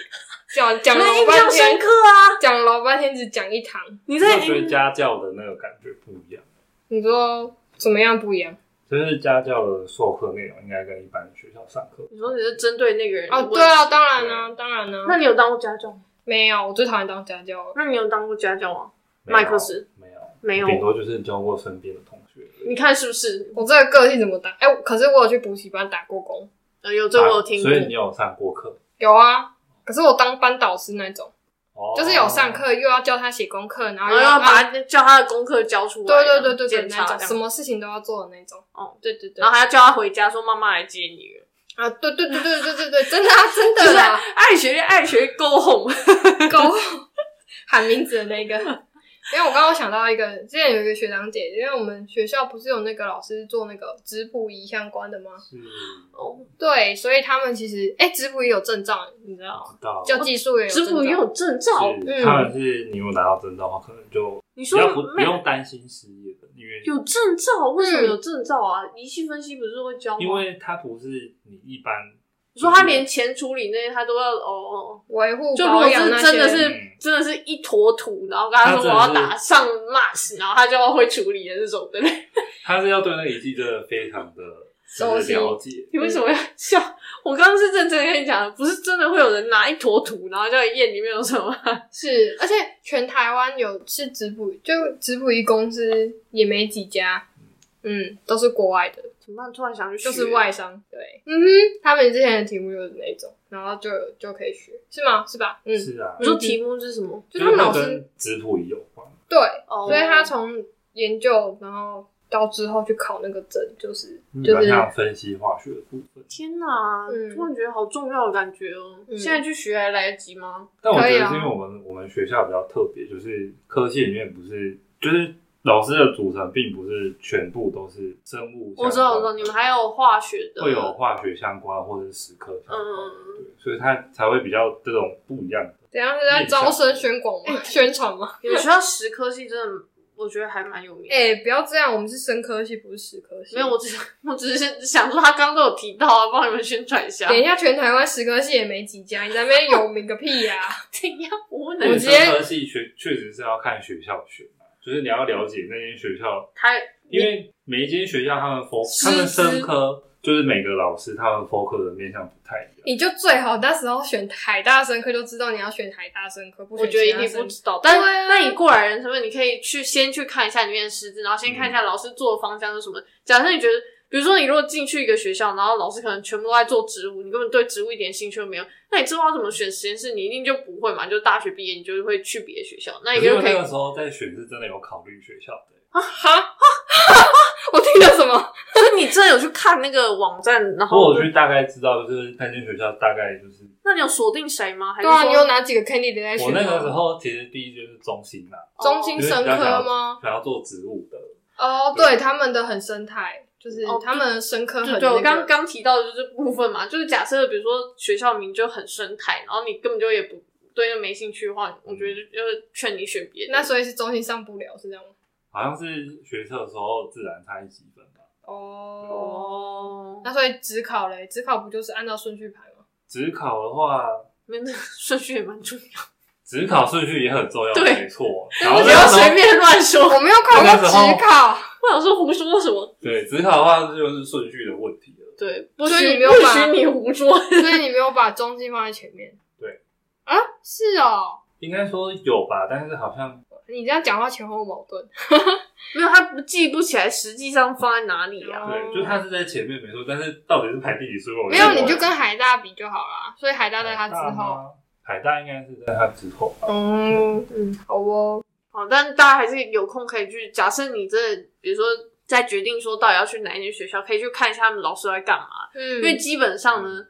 [SPEAKER 1] 讲 讲
[SPEAKER 2] 那
[SPEAKER 1] 老
[SPEAKER 2] 印
[SPEAKER 1] 半
[SPEAKER 2] 象深
[SPEAKER 1] 天
[SPEAKER 2] 刻，啊！
[SPEAKER 1] 讲老半天只讲一堂。
[SPEAKER 2] 你
[SPEAKER 3] 那
[SPEAKER 2] 在
[SPEAKER 3] 所以家教的那个感觉不一样，
[SPEAKER 1] 你说怎么样不一样？
[SPEAKER 3] 就是家教的授课内容应该跟一般学校上课。
[SPEAKER 2] 你说你是针对那个人的
[SPEAKER 1] 哦，
[SPEAKER 2] 问
[SPEAKER 1] 对啊，
[SPEAKER 2] 题
[SPEAKER 1] 当然啊，当然啊。
[SPEAKER 2] 那你有当过家教吗？
[SPEAKER 1] 没有，我最讨厌当家教了。
[SPEAKER 2] 那你有当过家教吗？
[SPEAKER 3] 没有
[SPEAKER 2] 麦克斯
[SPEAKER 3] 没
[SPEAKER 2] 没
[SPEAKER 3] 有，
[SPEAKER 2] 有
[SPEAKER 3] 顶多就是教过身边的同学而已。
[SPEAKER 2] 你看是不是？
[SPEAKER 1] 我这个个性怎么打？哎、可是我有去补习班打过工，
[SPEAKER 2] 呃，有这我有听
[SPEAKER 3] 啊
[SPEAKER 2] 过。
[SPEAKER 3] 所以你有上过课，
[SPEAKER 1] 有啊。可是我当班导师那种，
[SPEAKER 3] 哦
[SPEAKER 1] 就是有上。课又要教他写功课，然后
[SPEAKER 2] 然
[SPEAKER 1] 又
[SPEAKER 2] 后要
[SPEAKER 1] 他
[SPEAKER 2] 把他叫他的功课交出来，
[SPEAKER 1] 啊对对对
[SPEAKER 2] 然后
[SPEAKER 1] 对对
[SPEAKER 2] 啊检
[SPEAKER 1] 那
[SPEAKER 2] 查
[SPEAKER 1] 种，
[SPEAKER 2] 这样
[SPEAKER 1] 什么事情都要做的那种。
[SPEAKER 2] 哦，
[SPEAKER 1] 对对对
[SPEAKER 2] 然后还要叫他回家说妈妈来接你了，
[SPEAKER 1] 啊，对对对对对对对，真的啊，真
[SPEAKER 2] 就是
[SPEAKER 1] 的 啊，
[SPEAKER 2] 爱学爱学 go home，
[SPEAKER 1] 狗喊名字的那个。 因为我刚刚想到一个，之前有一个学长姐，因为我们学校不是有那个老师做那个质谱仪相关的吗？
[SPEAKER 3] 是，
[SPEAKER 1] 对，所以他们其实，哎、质谱也有证照，你知道吗？
[SPEAKER 3] 不知道。
[SPEAKER 2] 哦
[SPEAKER 1] 就技术也有证
[SPEAKER 2] 师
[SPEAKER 1] 照，
[SPEAKER 2] 傅也有证照，
[SPEAKER 3] 是
[SPEAKER 1] 嗯
[SPEAKER 3] 他们是你有拿到证照的话，可能就
[SPEAKER 2] 你
[SPEAKER 3] 不
[SPEAKER 2] 说
[SPEAKER 3] 要不不
[SPEAKER 2] 没
[SPEAKER 3] 用担心失业的，因为
[SPEAKER 2] 有证照，
[SPEAKER 1] 嗯
[SPEAKER 2] 为什么有证照啊？仪器分析不是会教吗？
[SPEAKER 3] 因为嗯它不是你一般。
[SPEAKER 2] 你说他连钱处理那些他都要哦哦，
[SPEAKER 1] 维护
[SPEAKER 2] 就如果
[SPEAKER 1] 保养
[SPEAKER 2] 是
[SPEAKER 1] 那些
[SPEAKER 2] 真的是
[SPEAKER 3] 嗯
[SPEAKER 2] 真的是一坨土，然后跟他
[SPEAKER 3] 那真
[SPEAKER 2] 说
[SPEAKER 3] 的
[SPEAKER 2] 我要
[SPEAKER 3] 是
[SPEAKER 2] 打上 mass，然后他就要会处理的这种的，
[SPEAKER 3] 他是要对那个仪器真的非常的就是了解，
[SPEAKER 2] 你为什么要笑？我刚刚是认真跟你讲的，不是真的会有人拿一坨土，然后就来验里面有什么。
[SPEAKER 1] 是，而且全台湾有是质谱，就质谱仪公司也没几家，嗯，都是国外的，
[SPEAKER 2] 怎么办？突然想去学啊
[SPEAKER 1] 就是外商，对，嗯哼，他们之前的题目就是那种，然后就就可以学，是吗？是吧？嗯，
[SPEAKER 3] 是啊
[SPEAKER 2] 你，说题目是什么？
[SPEAKER 1] 就他们
[SPEAKER 3] 会
[SPEAKER 1] 老师
[SPEAKER 3] 跟质谱仪有关。
[SPEAKER 1] 对，
[SPEAKER 2] 哦
[SPEAKER 1] 所以他从研究，然后到之后去考那个证，就是
[SPEAKER 3] 基
[SPEAKER 1] 就
[SPEAKER 3] 本
[SPEAKER 1] 是
[SPEAKER 3] 上分析化学的部分，
[SPEAKER 2] 天哪，
[SPEAKER 1] 嗯
[SPEAKER 2] 突然觉得好重要的感觉哦。
[SPEAKER 1] 嗯
[SPEAKER 2] 现在去学还来得及吗？
[SPEAKER 3] 但我
[SPEAKER 1] 可以
[SPEAKER 3] 觉
[SPEAKER 1] 啊
[SPEAKER 3] 得是因为我们我们学校比较特别，就是科系里面不是就是老师的组成并不是全部都是生物相关，
[SPEAKER 2] 我知道，我知道，你们还有化学的，
[SPEAKER 3] 会有化学相关或者是史科
[SPEAKER 2] 嗯，
[SPEAKER 3] 相关，
[SPEAKER 2] 嗯嗯，
[SPEAKER 3] 所以它才会比较这种不一样的。
[SPEAKER 1] 怎样是在招生宣广吗？ 宣传吗？
[SPEAKER 2] 你们学校十科系真的，我觉得还蛮有名的。
[SPEAKER 1] 哎、不要这样，我们是生科系，不是实科系。
[SPEAKER 2] 没有，我只是我只是想说，他刚刚都有提到啊，帮你们宣传一 下。
[SPEAKER 1] 等一下，全台湾实科系也没几家，你在那边有名个屁呀、
[SPEAKER 2] 怎样？我问
[SPEAKER 3] 那
[SPEAKER 1] 我
[SPEAKER 3] 你
[SPEAKER 1] 直
[SPEAKER 2] 你，
[SPEAKER 1] 接
[SPEAKER 3] 生科系确确实是要看学校选嘛，就是你要了解那间学校
[SPEAKER 2] 他
[SPEAKER 3] 因为每一间学校他们 f o
[SPEAKER 2] 师资
[SPEAKER 3] 他们生科就是每个老师他们 focus 的面向不太一样。
[SPEAKER 1] 你就最好那时候选台大生科，就知道你要选台大生科，不
[SPEAKER 2] 我
[SPEAKER 1] 选
[SPEAKER 2] 觉得一
[SPEAKER 1] 其他
[SPEAKER 2] 定
[SPEAKER 1] 生
[SPEAKER 2] 不
[SPEAKER 1] 科
[SPEAKER 2] 知道，但
[SPEAKER 1] 对啊
[SPEAKER 2] 那以过来人身份，你可以去先去看一下里面的师资，然后先看一下老师做的方向是什么。假设你觉得，比如说你如果进去一个学校，然后老师可能全部都在做植物，你根本对植物一点兴趣都没有，那你之后要怎么选实验室，你一定就不会嘛？就大学毕业，你就会去别的学校，那
[SPEAKER 3] 可
[SPEAKER 2] 你
[SPEAKER 3] 是
[SPEAKER 2] 就
[SPEAKER 3] 我
[SPEAKER 2] 可以
[SPEAKER 3] 那个时候在选是真的有考虑学校的，
[SPEAKER 1] 哦我听了什么？
[SPEAKER 2] 就是你真的有去看那个网站，然
[SPEAKER 3] 不
[SPEAKER 2] 后
[SPEAKER 3] 过我去大概知道就是那间学校大概就是
[SPEAKER 2] 那你有锁定谁吗？还是
[SPEAKER 1] 对啊，
[SPEAKER 2] 说
[SPEAKER 1] 你有哪几个 candidate 在选
[SPEAKER 3] 我
[SPEAKER 1] 吗？
[SPEAKER 3] 那个时候其实第一就是中心啦，
[SPEAKER 1] 中心
[SPEAKER 3] 就是
[SPEAKER 1] 生
[SPEAKER 3] 比较想
[SPEAKER 1] 科
[SPEAKER 3] 要
[SPEAKER 1] 吗？
[SPEAKER 3] 想要做植物的，
[SPEAKER 1] 哦，
[SPEAKER 3] 对
[SPEAKER 1] 对，他们的很生态，就是
[SPEAKER 2] 哦
[SPEAKER 1] 他们的生科很、
[SPEAKER 2] 对
[SPEAKER 1] 那
[SPEAKER 2] 对，我刚
[SPEAKER 1] 个
[SPEAKER 2] 刚提到的就是部分嘛，就是假设比如说学校名就很生态，然后你根本就也不对那没兴趣的话，我觉
[SPEAKER 3] 嗯
[SPEAKER 2] 得就就是劝你选别的。
[SPEAKER 1] 那所以是中心上不了，是这样吗？
[SPEAKER 3] 好像是学测的时候自然差一几分吧。
[SPEAKER 1] 哦，
[SPEAKER 2] 哦，
[SPEAKER 1] 那所以只考嘞，只考不就是按照顺序排 吗？
[SPEAKER 3] 职考的话，
[SPEAKER 2] 那那顺序也蛮重要，
[SPEAKER 3] 职考顺序也很重要，
[SPEAKER 2] 对
[SPEAKER 3] 没错。然后
[SPEAKER 2] 不
[SPEAKER 3] 那
[SPEAKER 2] 要
[SPEAKER 3] 个时候
[SPEAKER 2] 随便乱说。
[SPEAKER 1] 我没有考
[SPEAKER 3] 我
[SPEAKER 1] 过
[SPEAKER 3] 那时候
[SPEAKER 1] 只考，
[SPEAKER 2] 我想说胡说什么？
[SPEAKER 3] 对职考的话就是顺序的问题了。
[SPEAKER 2] 对，不
[SPEAKER 1] 所以
[SPEAKER 2] 许
[SPEAKER 1] 你没有
[SPEAKER 2] 不
[SPEAKER 1] 把
[SPEAKER 2] 许你胡说。
[SPEAKER 1] 所以你没有把中心放在前面。
[SPEAKER 3] 对
[SPEAKER 1] 啊，是哦，
[SPEAKER 3] 应该说有吧，但是好像
[SPEAKER 1] 你这样讲话前后矛盾。
[SPEAKER 2] 没有，他不记不起来实际上放在哪里啊？
[SPEAKER 1] 哦
[SPEAKER 3] 对，就他是在前面没错，但是到底是排第几顺位？我
[SPEAKER 1] 没
[SPEAKER 3] 也
[SPEAKER 1] 有，
[SPEAKER 3] 忘了
[SPEAKER 1] 你就跟海大比就好啦。所以海大在他之后。
[SPEAKER 3] 海大应该是在他之后吧。
[SPEAKER 1] 嗯，
[SPEAKER 2] 嗯，
[SPEAKER 1] 好哦。
[SPEAKER 2] 好，但大家还是有空可以去。假设你真的，比如说在决定说到底要去哪一间学校，可以去看一下他们老师都在干嘛。
[SPEAKER 1] 嗯，
[SPEAKER 2] 因为基本上呢，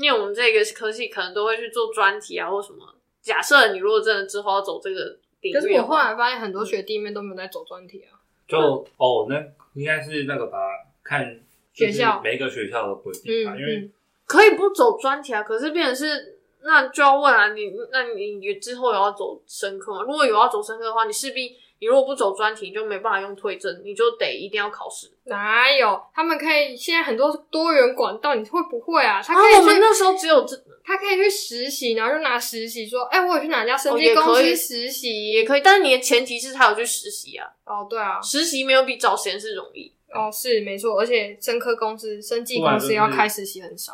[SPEAKER 2] 念我们这个科系可能都会去做专题啊，或什么。假设你如果真的之后要走这个领域
[SPEAKER 1] 可
[SPEAKER 2] 的话，
[SPEAKER 1] 是我后来发现很多学弟妹都没有在走专题啊。
[SPEAKER 3] 就哦，那应该是那个吧，看就是
[SPEAKER 1] 学校
[SPEAKER 3] 每一个学校的规定吧，
[SPEAKER 1] 嗯
[SPEAKER 3] 啊因为
[SPEAKER 1] 嗯
[SPEAKER 2] 可以不走专题啊，可是变成是那就要问啊，你那你之后有要走深科吗？啊如果有要走深科的话，你势必你如果不走专题，你就没办法用推证，你就得一定要考试。
[SPEAKER 1] 哪有？他们可以现在很多多元管道，你会不会啊？他可
[SPEAKER 2] 啊我
[SPEAKER 1] 以
[SPEAKER 2] 们
[SPEAKER 1] 去，
[SPEAKER 2] 那时候只有这
[SPEAKER 1] 他可以去实习，然后就拿实习说，哎，我有去哪家生
[SPEAKER 2] 哦
[SPEAKER 1] 技
[SPEAKER 2] 也
[SPEAKER 1] 公
[SPEAKER 2] 可以
[SPEAKER 1] 司实习。
[SPEAKER 2] 也可以，但是你的前提是他有去实习啊，
[SPEAKER 1] 哦，对啊，
[SPEAKER 2] 实习没有比找实验室容易。
[SPEAKER 1] 哦是没错，而且生科公司、生技
[SPEAKER 3] 不然
[SPEAKER 1] 公
[SPEAKER 3] 就是
[SPEAKER 1] 司要开实习很少。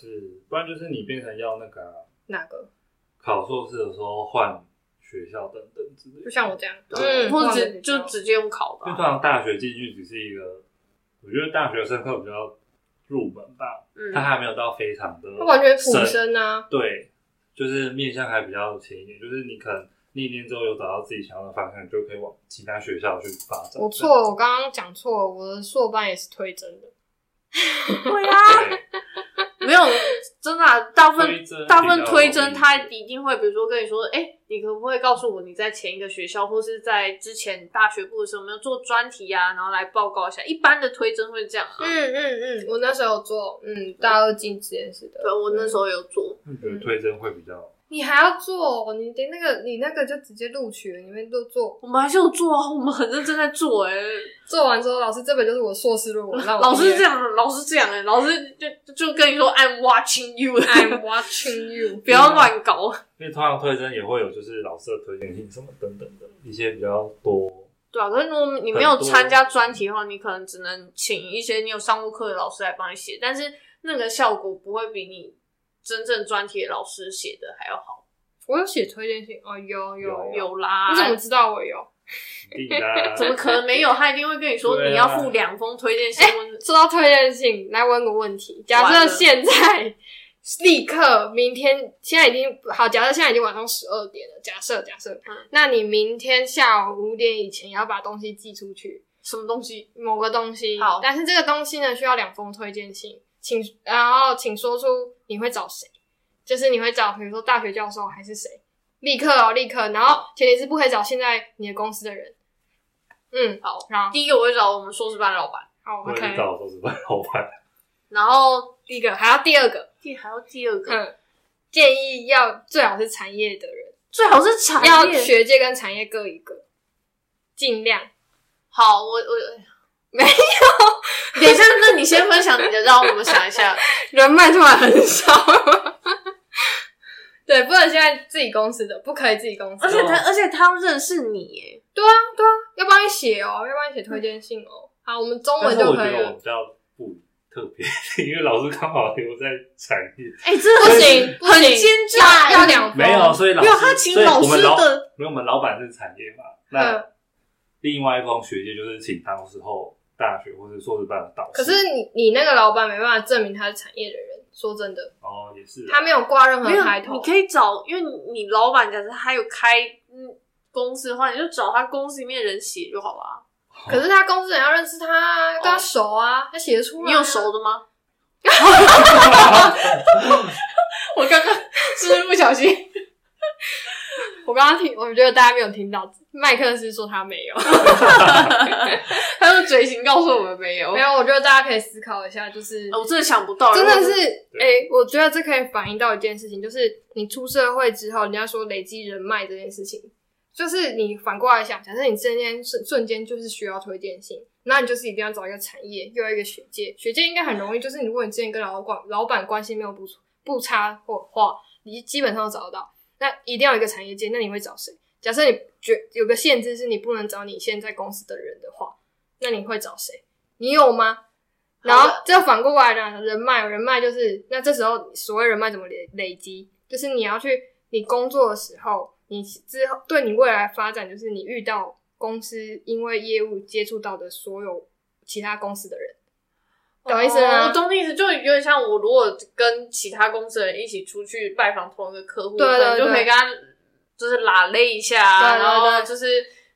[SPEAKER 3] 是不然就是你变成要那个啊
[SPEAKER 1] 哪个？
[SPEAKER 3] 考硕士的时候换学校等等之类的。
[SPEAKER 1] 就像我这样，
[SPEAKER 3] 对
[SPEAKER 1] 嗯，
[SPEAKER 2] 或者
[SPEAKER 1] 忘了
[SPEAKER 2] 直
[SPEAKER 1] 你
[SPEAKER 2] 就
[SPEAKER 1] 教
[SPEAKER 2] 直接用考吧
[SPEAKER 3] 因为。通常大学进去只是一个，我觉得大学生课比较入门吧，
[SPEAKER 2] 嗯
[SPEAKER 3] 他还没有到非常的深，
[SPEAKER 1] 他完全普生啊。
[SPEAKER 3] 对，就是面向还比较前一点，就是你可能历练之后有找到自己想要的方向，你就可以往其他学校去发展。
[SPEAKER 1] 我错了，我刚刚讲错了，我的硕班也是推甄的。
[SPEAKER 2] 对啊，
[SPEAKER 3] 对，
[SPEAKER 2] 没有，真的啊、大部
[SPEAKER 3] 推
[SPEAKER 2] 分
[SPEAKER 3] 甄
[SPEAKER 2] 大部分推甄，
[SPEAKER 3] 比较
[SPEAKER 2] 他
[SPEAKER 3] 容易
[SPEAKER 2] 一定会，比如说跟你说，哎、你可不可以告诉我你在前一个学校或是在之前大学部的时候有没有做专题啊，然后来报告一下。一般的推甄会这样啊。
[SPEAKER 1] 嗯嗯嗯，我那时候有做，嗯，大二进实验室的。
[SPEAKER 2] 对，我那时候有做，
[SPEAKER 3] 我
[SPEAKER 1] 嗯
[SPEAKER 3] 觉得推甄会比较
[SPEAKER 1] 你还要做，你的那个你那个就直接录取了，你们都做，
[SPEAKER 2] 我们还是有做啊，我们很认真在做哎、
[SPEAKER 1] 做完之后，老师这本就是我硕士论文，让我
[SPEAKER 2] 老师这
[SPEAKER 1] 毕业。
[SPEAKER 2] 样，老师这样哎、老师就就就跟你说，I'm watching you，
[SPEAKER 1] I'm watching you。
[SPEAKER 2] 不要乱搞。
[SPEAKER 3] 因为通常推甄也会有就是老师的推荐信什么等等的一些比较多，
[SPEAKER 2] 对啊，可是如果你没有参加专题的话，你可能只能请一些你有上过课的老师来帮你写，但是那个效果不会比你真正专题的老师写的还要好。
[SPEAKER 1] 我有写推荐信哦，有有
[SPEAKER 3] 有
[SPEAKER 1] 有。
[SPEAKER 2] 有啦，
[SPEAKER 1] 你怎么知道我有？
[SPEAKER 3] 一定 啊的
[SPEAKER 2] 怎么可能没有？他一定会跟你说
[SPEAKER 3] 对啊
[SPEAKER 2] 你要付两封推荐信。问
[SPEAKER 1] 说到推荐信，来问个问题：假
[SPEAKER 2] 完
[SPEAKER 1] 设
[SPEAKER 2] 了
[SPEAKER 1] 现在立刻明天，现在已经好，假设现在已经晚上十二点了，假设假设，
[SPEAKER 2] 嗯
[SPEAKER 1] 那你明天下午五点以前要把东西寄出去，
[SPEAKER 2] 什么东 西？
[SPEAKER 1] 某个东西，
[SPEAKER 2] 好
[SPEAKER 1] 但是这个东西呢需要两封推荐信，请然后请说出你会找谁，就是你会找比如说大学教授还是谁，立刻哦立刻，然后前提是不可以找现在你的公司的人。嗯，
[SPEAKER 2] 好，
[SPEAKER 1] 然后
[SPEAKER 2] 第一个我会找我们硕士班老板，
[SPEAKER 1] 好
[SPEAKER 3] 我也
[SPEAKER 1] ，OK，
[SPEAKER 3] 是找硕士班老板，
[SPEAKER 2] 然后
[SPEAKER 1] 第一个还要第二个，
[SPEAKER 2] 第还有第二个，
[SPEAKER 1] 嗯，建议要最好是产业的人，
[SPEAKER 2] 最好是产业
[SPEAKER 1] 要学界跟产业各一个，尽量。
[SPEAKER 2] 好，我我
[SPEAKER 1] 没
[SPEAKER 2] 有。 等一下，那你先分享你的，让我们想一下。
[SPEAKER 1] 人脉突然很少，对，不能现在自己公司的，不可以自己公司
[SPEAKER 2] 而
[SPEAKER 1] 的，
[SPEAKER 2] 且他，而且他要认识你耶。
[SPEAKER 1] 对啊，对啊，要帮你写哦，要帮你写推荐信哦。好，我们中
[SPEAKER 3] 但
[SPEAKER 1] 文
[SPEAKER 3] 是
[SPEAKER 1] 就
[SPEAKER 3] 我觉
[SPEAKER 1] 可以
[SPEAKER 3] 得我
[SPEAKER 1] 了
[SPEAKER 3] 比。较不特别，因为老师刚好留在产业，
[SPEAKER 2] 哎、这
[SPEAKER 1] 不行，不
[SPEAKER 2] 很
[SPEAKER 1] 行
[SPEAKER 2] 奸诈
[SPEAKER 1] 要，要两封
[SPEAKER 3] 没有，所以老
[SPEAKER 2] 没
[SPEAKER 3] 师
[SPEAKER 2] 有他请
[SPEAKER 3] 所以我们
[SPEAKER 2] 师
[SPEAKER 3] 老
[SPEAKER 2] 的，
[SPEAKER 3] 没有，我们老板是产业嘛，那
[SPEAKER 1] 嗯，
[SPEAKER 3] 另外一方学界就是请当时候大学或者硕士班的导
[SPEAKER 1] 可
[SPEAKER 3] 师。
[SPEAKER 1] 是你你那个老板没办法证明他是产业的人，说真的，
[SPEAKER 3] 哦，也是啊
[SPEAKER 1] 他没有挂任何
[SPEAKER 2] 没有
[SPEAKER 1] 抬，头。
[SPEAKER 2] 你可以找，因为你你老板假设他有开嗯公司的话，你就找他公司里面的人写就好了。啊
[SPEAKER 1] 可是他公司人要认识他啊，跟他熟啊，他写得出来、
[SPEAKER 2] 你有熟
[SPEAKER 1] 的？
[SPEAKER 2] 的吗？ 我刚刚是不是不小 心？
[SPEAKER 1] 我刚刚听，我觉得大家没有听到，麦克斯说他没有，
[SPEAKER 2] 哦他用嘴型告诉我们没 有
[SPEAKER 1] 没有。我觉得大家可以思考一下，就是、
[SPEAKER 2] 哦我真的想不到，
[SPEAKER 1] 真的
[SPEAKER 2] 如果
[SPEAKER 1] 是，哎、我觉得这可以反映到一件事情，就是你出社会之后，人家说累积人脉这件事情，就是你反过来想，假设你今天瞬瞬间就是需要推荐信，那你就是一定要找一个产业，又要一个学界，学界应该很容易，就是如果你之前跟老管老板关系没有不错不差或话，你基本上都找得到。那一定要有一个产业界，那你会找谁？假设你觉有个限制是你不能找你现在公司的人的话，那你会找谁？你有吗？然
[SPEAKER 2] 好
[SPEAKER 1] 后
[SPEAKER 2] 的
[SPEAKER 1] 这反过来讲，人脉，人脉就是那这时候所谓人脉怎么累累积，就是你要去你工作的时候，你之后对你未来发展，就是你遇到公司因为业务接触到的所有其他公司的人，懂意思
[SPEAKER 2] 哦
[SPEAKER 1] 吗？
[SPEAKER 2] 我懂你意思，就有点像我如果跟其他公司的人一起出去拜访同一个客户，
[SPEAKER 1] 对对
[SPEAKER 2] 可能就
[SPEAKER 1] 对
[SPEAKER 2] 可以跟他就是拉勒一下啊，
[SPEAKER 1] 对对
[SPEAKER 2] 然后
[SPEAKER 1] 对
[SPEAKER 2] 就是